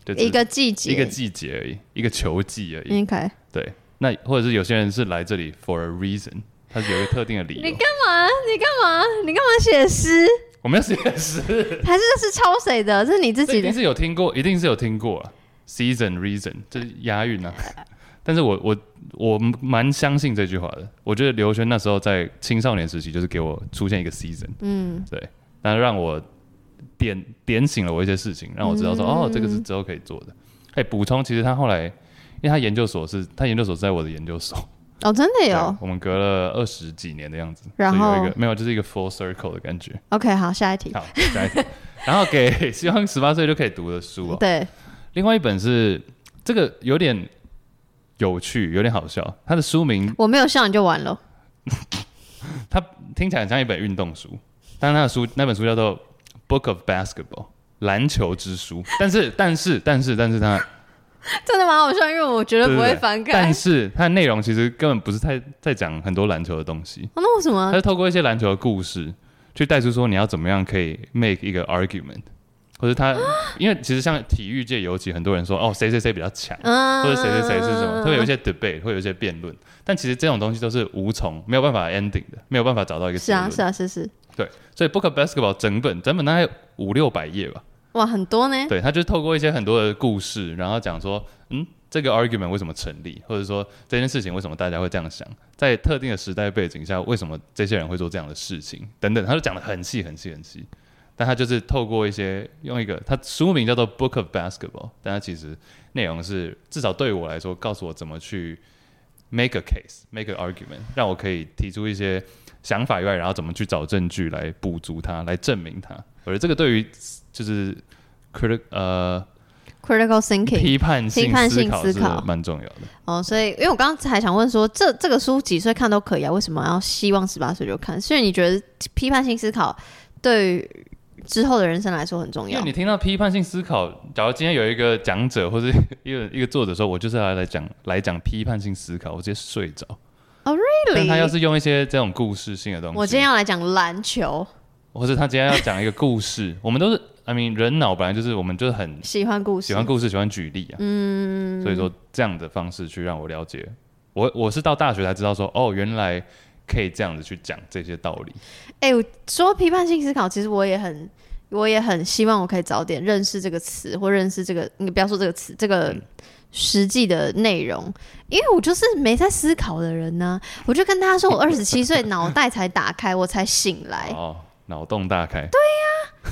B: 就只是
A: 一个季节，
B: 一个季节而已，一个球季而已，
A: 你看，
B: 对，那或者是有些人是来这里 for a reason，他是有一个特定的理
A: 你
B: 由
A: 干。嘛？你干嘛？你干嘛写诗？
B: 我们要写诗，
A: 还是这是抄谁的？这是你自
B: 这
A: 己
B: 一定
A: 的？
B: 是有听过，一定是有听过啊。Season reason，这是押韵啊。但是我我我蛮相信这句话的。我觉得刘轩那时候在青少年时期，就是给我出现一个 season，
A: 嗯，
B: 那让我点点醒了我一些事情，让我知道说、
A: 嗯
B: 哦，这个是之后可以做的。哎，补充，其实他后来，因为他研究所是他研究所是在我的研究所，
A: 哦，真的有
B: 对。啊我们隔了二十几年的样子，
A: 然
B: 所以
A: 后
B: 有一个没有，就是一个 full circle 的感觉。
A: OK，好，下一题。
B: 好，下一题。然后给希望十八岁就可以读的书 哦。
A: 对，
B: 另外一本是这个有点有趣，有点好笑。它的书名
A: 我没有笑你就完了。
B: 听起来很像一本运动书，但它的书那本书叫做《Book of Basketball》篮球之书。但是但是但是但是 它
A: 真的蛮好笑，因为我绝对不
B: 对
A: 会哦
B: 对对
A: 翻开
B: 但。是它的内容其实根本不是太在讲很多篮球的东西，
A: 哦那为什
B: 它
A: 么？
B: 是透过一些篮球的故事去带出说你要怎么样可以 make 一个 argument，或者他
A: 啊
B: 因为其实像体育界尤其很多人说哦谁谁谁比较强，
A: 嗯，
B: 或者谁谁谁是什么，会有一些 debate，会有一些辩论，但其实这种东西都是无从没有办法 ending 的，没有办法找到一个
A: 是
B: 结
A: 啊，
B: 论。
A: 是啊，是是，
B: 对，所以 Book of Basketball 整本整本大概五六百页吧，
A: 哇，很多呢。
B: 对，他就透过一些很多的故事，然后讲说，嗯，这个 argument 为什么成立，或者说这件事情为什么大家会这样想，在特定的时代背景下，为什么这些人会做这样的事情等等，他就讲的很细很细很细。但它就是透过一些用一个它书名叫做《Book of Basketball》，但它其实内容是至少对我来说，告诉我怎么去 make a case、make an argument，让我可以提出一些想法以外，然后怎么去找证据来补足它、来证明它。我觉得这个对于就是 critic 呃
A: critical thinking
B: 批判
A: 批
B: 性
A: 判
B: 思
A: 性
B: 考
A: 思
B: 是
A: 考
B: 蛮重要的。
A: 哦，所以因为我刚才还想问说，这这个书几岁看都可以啊，为什么要希望十八岁就看？所以你觉得批判性思考对于之后的人生来说很重
B: 因
A: 要
B: 为？你听到批判性思考，假如今天有一个讲者或者一个一个作者说，我就是要来讲来讲批判性思考，我直接睡着。但他要是用一些这种故事性的东西，
A: 我今天要来讲篮球，
B: 或者他今天要讲一个故事，我们都是，I mean，人脑本来就是我们就是很
A: 喜欢故事，
B: 喜欢故事，喜欢举例啊，嗯，所以说这样的方式去让我了解，我我是到大学才知道说，哦，原来可以这样子去讲这些道理，
A: 哎、我说批判性思考，其实我也很，我也很希望我可以早点认识这个词，或认识这个，你不要说这个词，这
B: 嗯
A: 个实际的内容，因为我就是没在思考的人呢、我就跟大家说，我二十七岁脑袋才打开，我才醒来，
B: 哦，脑洞大开，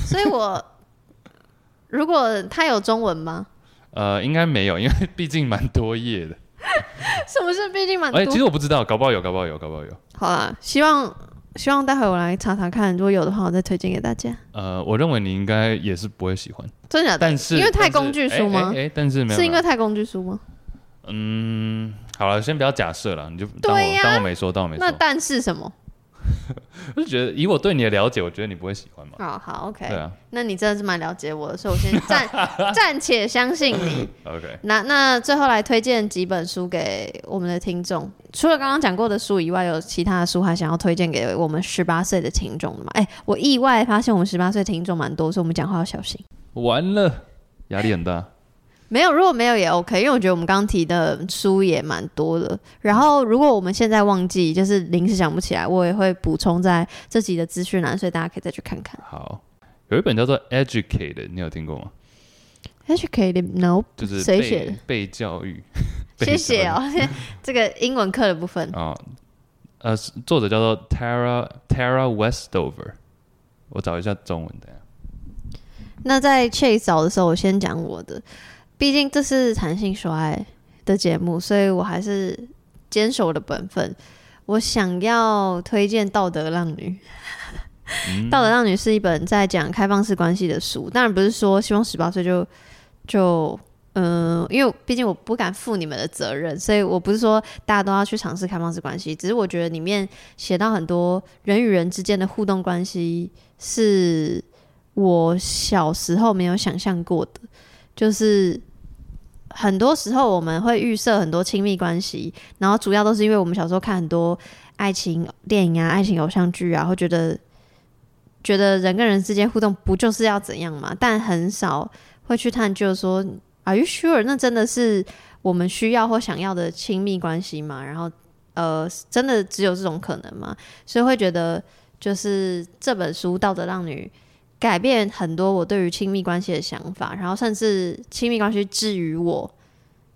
A: 所以我如果他有中文吗？
B: 呃，应该没有，因为毕竟蛮多页 的，
A: 是不是？毕竟蛮多。
B: 哎，其实我不知道，搞不好有，搞不好有，搞不好有，
A: 好啦，希望希望待会我来查查看，如果有的话，我再推荐给大家。
B: 呃，我认为你应该也是不会喜欢，
A: 真的假的？
B: 但是
A: 呃因为太
B: 但是
A: 工具书吗
B: 哎哎哎但是没有，
A: 是
B: 没
A: 因
B: 有
A: 为太工具书吗？
B: 嗯，好了，先不要假设了，你就当我、
A: 对呀
B: 当我没说，当我没说
A: 那。但是什么？
B: 我就觉得以我对你的了解，我觉得你不会喜欢嘛。
A: 哦，好，OK。
B: 对啊
A: 那你真的是蛮了解我的，所以我先暂 暂且相信你。
B: ，OK，
A: 那那最后来推荐几本书给我们的听众，除了刚刚讲过的书以外，有其他的书还想要推荐给我们十八岁的听众的吗？哎、我意外发现我们十八岁听众蛮多，所以我们讲话要小心。
B: 完了，压力很大。
A: 没有，如果没有也 OK，因为我觉得我们刚刚提的书也蛮多的。然后，如果我们现在忘记，就是临时想不起来，我也会补充在这集的资讯栏，所以大家可以再去看看。
B: 好，有一本叫做《Educated》，你有听过吗？
A: Educated No，
B: 就是
A: 谁
B: 被
A: 写的？
B: 被教育。
A: 谢
B: 被
A: 谢
B: 教育。
A: 哦，这个英文课的部分。
B: 啊、呃，是作者叫做 Tara Tara Westover，我找一下中文的。
A: 那在 Chase 找的时候，我先讲我的，毕竟这是弹性说爱的节目，所以我还是坚守我的本分。我想要推荐《道德浪女》 道德浪女》是一本在讲开放式关系的书，当然不是说希望十八岁就就嗯、因为毕竟我不敢负你们的责任，所以我不是说大家都要去尝试开放式关系，只是我觉得里面写到很多人与人之间的互动关系是我小时候没有想象过的，就是很多时候我们会预设很多亲密关系，然后主要都是因为我们小时候看很多爱情电影啊、爱情偶像剧啊，会觉得觉得人跟人之间互动不就是要怎样嘛，但很少会去探究说，Are you sure？那真的是我们需要或想要的亲密关系吗？然后呃，真的只有这种可能吗？所以会觉得就是这本书《道德浪女》。改变很多我对于亲密关系的想法，然后甚至亲密关系至于我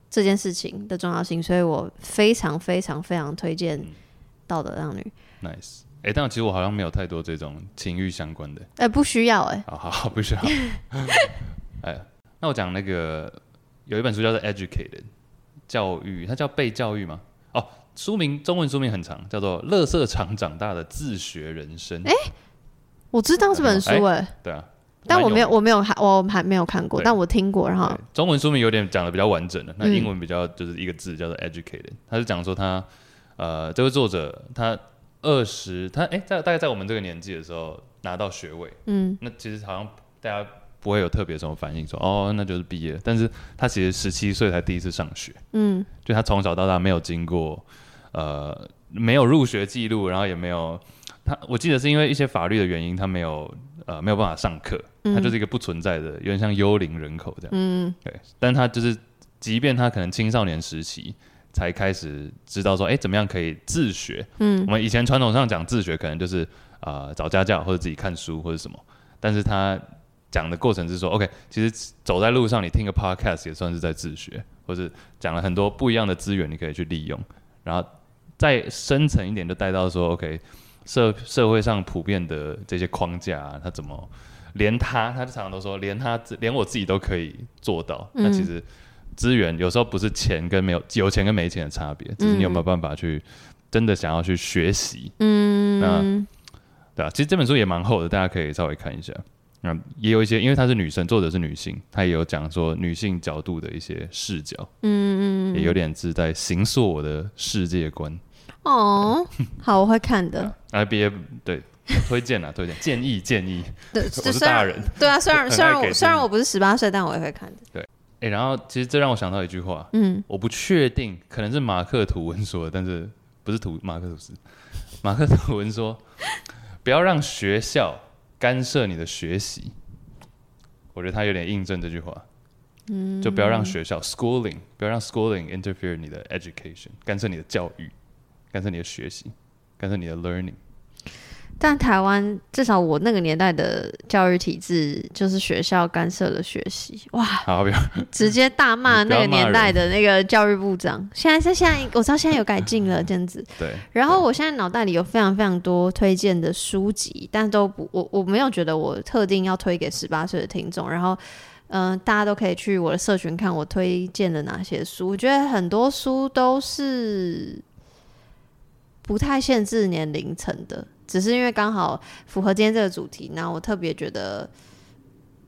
A: 这件事情的重要性，所以我非常非常非常推
B: 嗯
A: 荐《道德浪女》
B: Nice，哎、但其实我好像没有太多这种情欲相关的。
A: 哎、不需要哎、
B: 好好好，不需要。 哎，那我讲那个有一本书叫做《Educated》，教育，它叫被教育吗？哦，书名中文书名很长，叫做《乐色场长大的自学人生》。哎、
A: 我知道这本书哎、
B: 对啊，
A: 但我没有，
B: 蛮
A: 我没有还，我还没有看过，
B: 对
A: 但我听过，然后
B: 名的。对中文书名有点讲的比较完整了，那
A: 嗯
B: 英文比较就是一个字叫做 educated，他是讲说他呃这位作者他二十他哎、在大概在我们这个年纪的时候拿到学位，
A: 嗯，
B: 那其实好像大家不会有特别什么反应说哦，那就是毕业了。但是他其实十七岁才第一次上学，
A: 嗯，
B: 就他从小到大没有经过呃没有入学记录，然后也没有他，我记得是因为一些法律的原因，他没有呃没有办法上课，
A: 嗯
B: 他就是一个不存在的，有点像幽灵人口这样。嗯，对，但他就是即便他可能青少年时期。才开始知道说，哎、怎么样可以自学？
A: 嗯，
B: 我们以前传统上讲自学，可能就是呃找家教或者自己看书或者什么。嗯但是他讲的过程是说，OK，其实走在路上你听个 podcast 也算是在自学，或是讲了很多不一样的资源，你可以去利用。然后再深层一点，就带到说，OK，社社会上普遍的这些框架、啊，它怎么连他，他就常常都说，连他自连我自己都可以做到。那其实资源有时候不是钱跟没有有钱跟没钱的差别，只是你有没有办法去真的想要去学习，
A: 嗯，
B: 对啊，其实这本书也蛮厚的，大家可以稍微看一下。那、也有一些，因为她是女生，作者是女性，她也有讲说女性角度的一些视角，嗯嗯，也有点是在形塑我的世界观。
A: 哦，好，我会看的。
B: 啊，别对，推荐啊，推荐，建议建议。
A: 对，
B: 我
A: 就是虽
B: 大
A: 然
B: 人。
A: 对啊，虽然
B: 很爱
A: 虽然
B: 给
A: 我
B: 建
A: 虽然
B: 议
A: 我不是十八岁，但我也会看的。
B: 哎、然后其实这让我想到一句话，
A: 嗯，
B: 我不确定，可能是马克吐温说的，但是不是吐马克吐斯，马克吐温说，不要让学校干涉你的学习。我觉得他有点印证这句话，嗯，就不要让学校 schooling，不要让 schooling interfere 你的 education，干涉你的教育，干涉你的学习，干涉你的 learning。
A: 但台湾至少我那个年代的教育体制，就是学校干涉了学习，哇，
B: 好，不要
A: 直接大骂
B: 嗯你不
A: 那
B: 要
A: 个
B: 骂
A: 年
B: 人
A: 代的那个教育部长。现在是现在，我知道现在有改进了，这样子。
B: 对，
A: 然后我现在脑袋里有非常非常多推荐的书籍，但都不，我我没有觉得我特定要推给十八岁的听众。然后，嗯、大家都可以去我的社群看我推荐的哪些书。我觉得很多书都是不太限制年龄层的，只是因为刚好符合今天这个主题，那我特别觉得。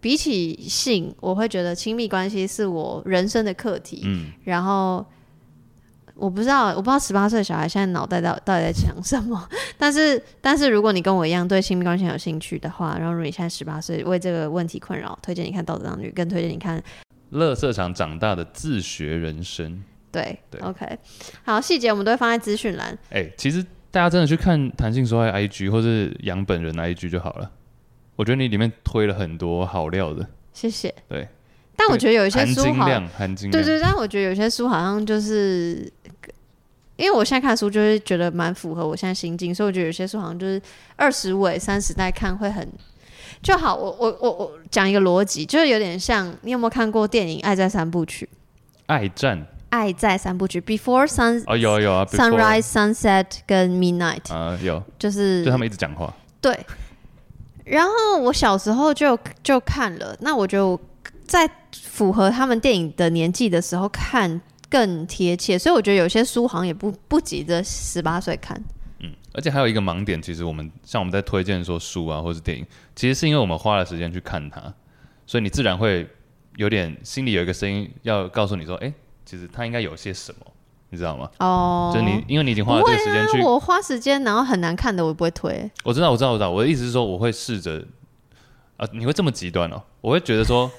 A: 比起性，我会觉得亲密关系是我人生的课题。
B: 嗯，
A: 然后我不知道，我不知道十八岁的小孩现在脑袋到到底在想什么。 但是，但是如果你跟我一样对亲密关系很有兴趣的话，然后如果你现在十八岁为这个问题困扰，推荐你看《道德浪女》，更推荐你看
B: 乐色场长大的自学人生。
A: 对
B: 对
A: o k 好，细节我们都会放在资讯栏。
B: 哎、其实大家真的去看弹性说爱 IG 或是杨本人 IG 就好了。我觉得你里面推了很多好料的，
A: 谢谢。
B: 对，
A: 但我觉得有一些
B: 含
A: 书
B: 金
A: 好，
B: 量，含金
A: 对
B: 量，
A: 对，但我觉得有些书好像就是，因为我现在看书就是觉得蛮符合我现在心境，所以我觉得有些书好像就是二十尾三十代看会很就好。我我我我讲一个逻辑，就是有点像你有没有看过电影《爱在三部曲》？
B: 爱战
A: 《爱在三部曲》（Before Sun
B: 哦，有啊有啊
A: Sunrise、Sunset 跟 Midnight），、
B: before，啊、有，
A: 就是
B: 就他们一直讲话，
A: 对。然后我小时候就就看了，那我就在符合他们电影的年纪的时候看更贴切，所以我觉得有些书好像也不不急着十八岁看。
B: 而且还有一个盲点，其实我们像我们在推荐说书啊或是电影，其实是因为我们花了时间去看它，所以你自然会有点心里有一个声音要告诉你说，哎、其实它应该有些什么，你知道吗？
A: 哦，
B: 就是你因为你已经
A: 不
B: 花了这
A: 会
B: 个时间去
A: 啊，我花时间然后很难看的，我不会推。
B: 我知道，我知道，我知道。我的意思是说，我会试着啊，你会这么极端哦？我会觉 得说，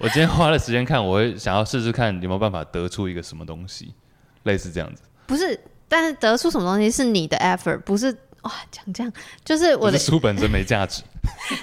B: 我今天花了时间看，我会想要试试看有没有办法得出一个什么东西，类似这样子。
A: 不是，但是得出什么东西是你的 effort，不是哇讲这样，就是我
B: 我
A: 的，
B: 的书本身没价 值，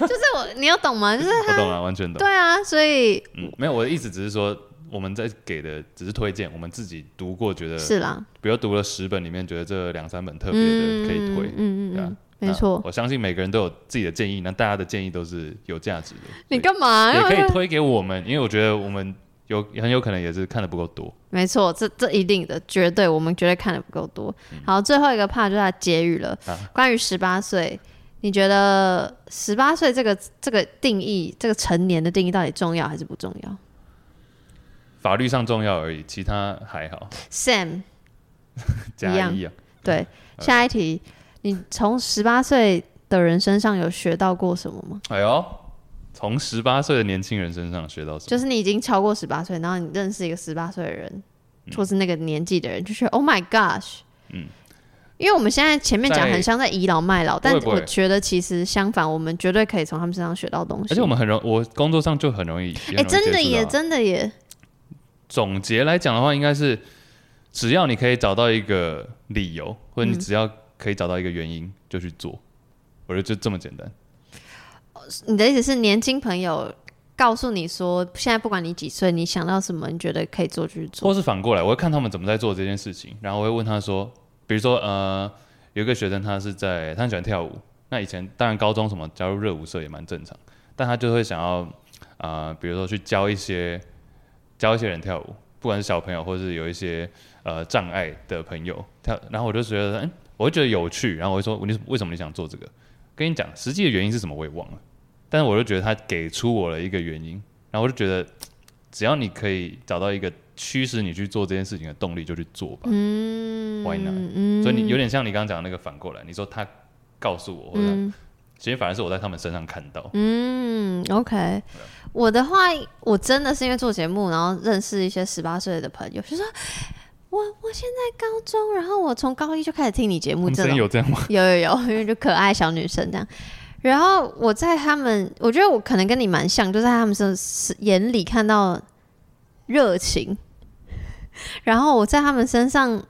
A: 就是我，你要懂吗？就是
B: 我懂啊，完全懂
A: 对。啊，所以
B: 嗯，没有，我的意思只是说，我们在给的只是推荐，我们自己读过觉得，
A: 是啦，
B: 比如读了十本里面，觉得这两三本特别的可以推
A: 嗯。嗯嗯
B: 对啊
A: 嗯，没错
B: 那。我相信每个人都有自己的建议，那大家的建议都是有价值的。
A: 你干嘛？
B: 也
A: 要
B: 可以推给我们，因为我觉得我们有很有可能也是看的不够多。
A: 没错，这这一定的，绝对我们绝对看的不够多。好，最后一个 part 就是它结语了，
B: 啊
A: 关于十八岁，你觉得十八岁这个这个定义，这个成年的定义到底重要还是不重要
B: 法律上重要而已，其他还 好。
A: ？Sam，一
B: 加
A: 样
B: 一啊，
A: 对，下一题，你从十八岁的人身上有学到过什么吗？
B: 哎呦，从十八岁的年轻人身上学到什么？
A: 就是你已经超过十八岁，然后你认识一个十八岁的人，或是那个年纪的人，就觉得 Oh my gosh，
B: 嗯
A: 因为我们现在前面讲
B: 在
A: 很像在倚老卖老，
B: 不会
A: 但
B: 不会
A: 我觉得其实相反，我们绝对可以从他们身上学到东西。
B: 而且我们很容，我工作上就很容易，
A: 哎、
B: 也很容易
A: 真的
B: 接触到
A: 耶，
B: 啊
A: 真的耶，
B: 总结来讲的话，应该是只要你可以找到一个理由，或者
A: 嗯
B: 你只要可以找到一个原因，就去做。我觉得就这么简单。
A: 你的意思是年轻朋友告诉你说，现在不管你几岁，你想到什么，你觉得可以做就去做。
B: 或是反过来，我会看他们怎么在做这件事情，然后我会问他说，比如说呃，有一个学生他是在他很喜欢跳舞，那以前当然高中什么加入热舞社也蛮正常，但他就会想要啊、呃比如说去教一些教一些人跳舞，不管是小朋友或是有一些呃障碍的朋友跳，然后我就觉得，嗯，我会觉得有趣，然后我会说，你为什么你想做这个？跟你讲，实际的原因是什么我也忘了，但是我就觉得他给出我了一个原因，然后我就觉得，只要你可以找到一个驱使你去做这件事情的动力，就去做吧。
A: 嗯
B: Why not？
A: 嗯
B: 所以你有点像你刚刚讲的那个反过来，你说他告诉我，或者他
A: 嗯
B: 其实反而是我在他们身上看到。
A: 嗯，OK。我的话，我真的是因为做节目，然后认识一些十八岁的朋友，就说我我现在高中，然后我从高一就开始听你节目，
B: 你
A: 这
B: 嗯真
A: 种
B: 有这样吗？
A: 有有有， 因为就可爱小女生这样。然后我在他们，我觉得我可能跟你蛮像，就在他们身眼里看到热情， 然后我在他们身上，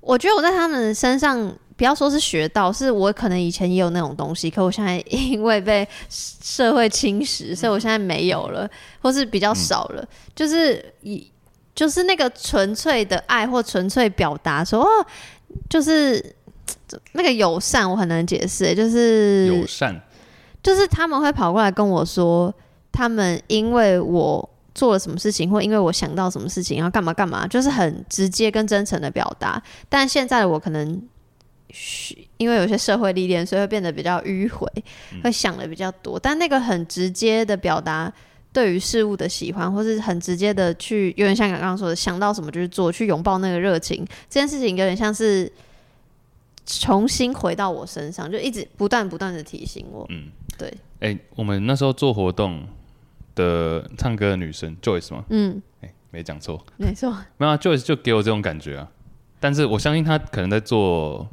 A: 我觉得我在他们身上，不要说是学到，是我可能以前也有那种东西，可我现在因为被社会侵蚀，所以我现在没有了，或是比较少了，就是以就是那个纯粹的爱或纯粹表达说哦，就是嘖那个友善，我很难解释，欸就是
B: 友善，
A: 就是他们会跑过来跟我说，他们因为我做了什么事情，或因为我想到什么事情，然后干嘛干嘛，就是很直接跟真诚的表达。但现在的我可能嘘因为有些社会历练，所以会变得比较迂回，会想的比较多。但那个很直接的表达。对于事物的喜欢，或是很直接的去，有点像刚刚说的，想到什么就是做，去拥抱那个热情，这件事情有点像是重新回到我身上，就一直不断不断的提醒我。
B: 嗯，
A: 对，
B: 哎、我们那时候做活动的唱歌的女生 Joyce 吗？
A: 嗯，
B: 哎、没讲错，
A: 没错，
B: 没有、啊、Joyce 就给我这种感觉啊。但是我相信她可能在做，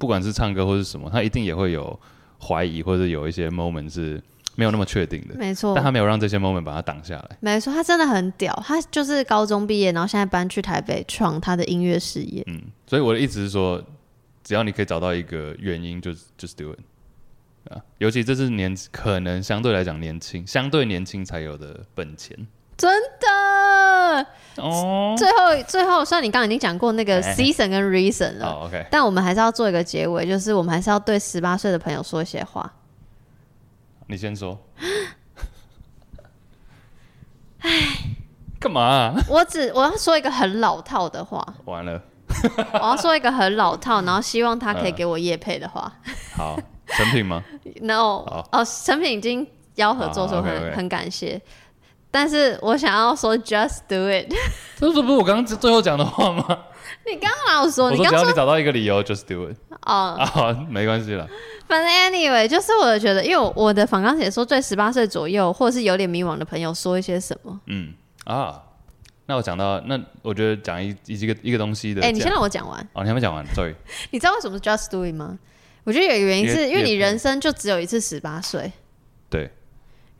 B: 不管是唱歌或是什么，她一定也会有怀疑，或者有一些 moment 是没有那么确定的。
A: 没错
B: 但，她没有让这些 moment 把它挡下来。
A: 没错，他真的很屌，他就是高中毕业，然后现在搬去台北创他的音乐事业。
B: 嗯，所以我的意思是说，只要你可以找到一个原因，就 just do it 啊。尤其这是年可能相对来讲年轻，相对年轻才有的本钱
A: 的，
B: 哦。
A: 最后最后，虽然你刚刚已经讲过那个
B: 哎哦
A: season 跟 reason 了，
B: 好，OK，
A: 但我们还是要做一个结尾，就是我们还是要对十八岁的朋友说一些 话。
B: 你先说。 干嘛啊、
A: 我只我要说一个很老套的 话，
B: 完了，
A: 我要说一个很老套，然后希望他可
B: 嗯
A: 以给我叶配的话。
B: 好，成品吗？
A: no，
B: 好
A: 哦，成品已经邀合作，
B: 好
A: 所以我
B: 好
A: 很
B: OK，OK
A: 很感谢。但是我想要说，just do it。
B: 这是不是我刚刚最后讲的话吗？
A: 你刚刚有说，
B: 我
A: 你
B: 说
A: 刚
B: 只
A: 刚
B: 要
A: 说
B: 你找到一个理由，just do it
A: 哦，
B: 啊，没关系了。
A: 反正 anyway，就是我觉得，因为我我的访纲写说对十八岁左右或者是有点迷惘的朋友说一些什么。
B: 嗯啊，那我讲到，那我觉得讲一一个一个东西的
A: 哎、
B: 价，
A: 你先让我讲完。
B: 哦，你还没讲完，sorry。
A: 你知道为什么 just do it 吗？我觉得有一个原因是
B: 也
A: 因为你
B: 也不
A: 人生就只有一次十八岁，
B: 对，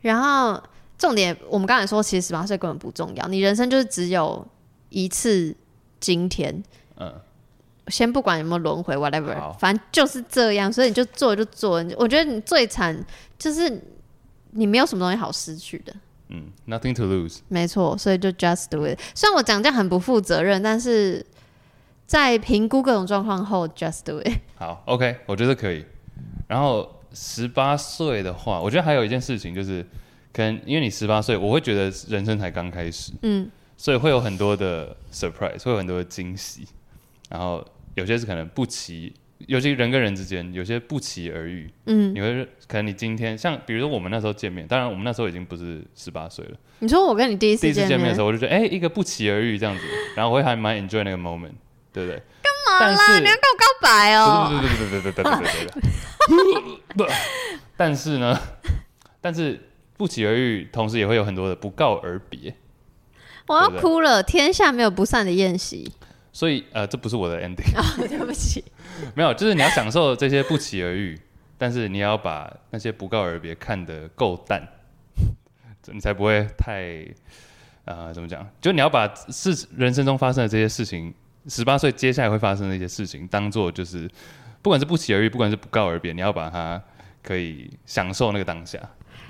A: 然后重点我们刚才说，其实十八岁根本不重要，你人生就是只有一次今天。
B: 嗯，
A: 先不管有没有轮回，whatever，
B: 好
A: 反正就是这样，所以你就做就做。我觉得你最惨就是你没有什么东西好失去的。
B: 嗯，nothing to lose，
A: 没错，所以就 just do it。虽然我讲这样很不负责任，但是在评估各种状况后，just do it。
B: 好，OK，我觉得可以。然后十八岁的话，我觉得还有一件事情就是，可能因为你十八岁，我会觉得人生才刚开始，
A: 嗯，
B: 所以会有很多的 surprise，会有很多的惊喜。然后有些是可能不期，尤其人跟人之间，有些不期而遇。
A: 嗯，
B: 你会可能你今天像比如说我们那时候见面，当然我们那时候已经不是十八岁了。
A: 你说我跟你第一
B: 第
A: 次
B: 一次
A: 见
B: 见面
A: 面
B: 的时候，我就觉得哎、一个不期而遇这样子，然后我会还蛮 enjoy 那个 moment，对不对？
A: 干嘛
B: 但
A: 啦？
B: 是
A: 你要跟我告白哦、
B: 对对对对对对对对对对对。但是呢，但是不期而遇，同时也会有很多的不告而别。
A: 我要
B: 对不对
A: 哭了！天下没有不散的宴席。
B: 所以呃，这不是我的 ending，
A: 哦，对不起，
B: 没有，就是你要享受这些不期而遇， 但是你也要把那些不告而别看得够淡， 这你才不会太呃怎么讲？就你要把事人生中发生的这些事情，十八岁接下来会发生的一些事情，当做就是不管是不期而遇，不管是不告而别，你要把它可以享受那个当下，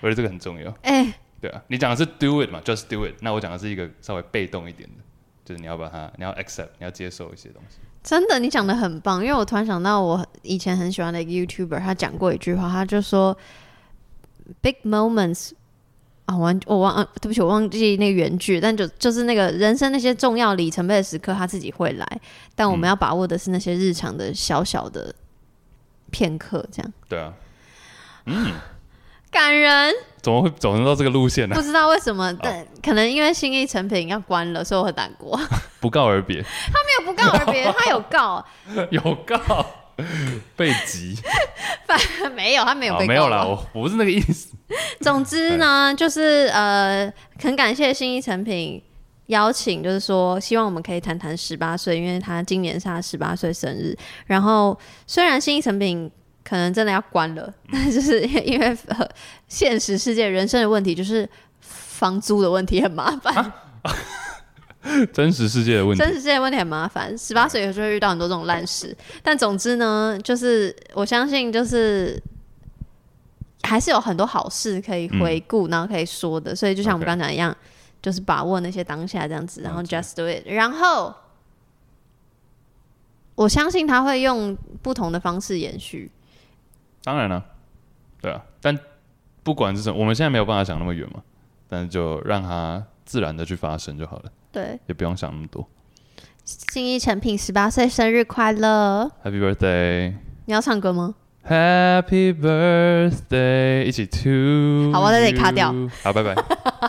B: 我觉得这个很重要。
A: 哎、
B: 对啊，你讲的是 do it 嘛，just do it。那我讲的是一个稍微被动一点的，就是你要把它，你要 accept，你要接受一些东西。
A: 真的，你讲的很棒，因为我突然想到我以前很喜欢的一个 YouTuber，他讲过一句话，他就说，big moments。啊，我忘我忘、啊，对不起，我忘记那个原句，但就就是那个人生那些重要里程碑的时刻，他自己会来，但我
B: 嗯
A: 们要把握的是那些日常的小小的片刻，这样。
B: 对啊，
A: 感人。
B: 怎么会走到这个路线呢、
A: 不知道为什
B: 哦
A: 么，但可能因为新一成品要关了，所以我很难过。 没
B: 不告而别，
A: 有不告而 别，他 有告，
B: 有告被急，
A: 没有，他哎没有
B: 好
A: 被告。
B: 哦没有啦，我我不是那个意思。
A: 总之呢，就是呃，很感谢新一成品邀请，就是说希望我们可以谈谈十八岁，因为他今年是他十八岁生日。然后虽然新一成品可能真的要关了， 但就是因为因为、呃、现实世界人生的问题，就是房租的问题很麻烦，
B: 真实世界的问题嗯
A: 真，实世界的问题很麻烦。十八岁有时候会遇到很多这种烂事，但总之呢，就是我相信就是。还是有很多好事可以回顾，然后可以说的，所以就像我们
B: OK
A: 刚才一样就是把握那些当下这样子，然后
B: 了
A: just do it。然后我相信他会用不同的方式延续，
B: 当然了、对啊。但不管是什么，我们现在没有办法想那么远嘛，但是就让它自然的去发生就好了，
A: 对，
B: 也不用想那么多。
A: 新一成品十八岁生日快乐！
B: Happy birthday。
A: 你要唱歌吗？
B: Happy birthday，一起 to
A: 好我在这里卡
B: you
A: 掉。
B: 好，拜拜。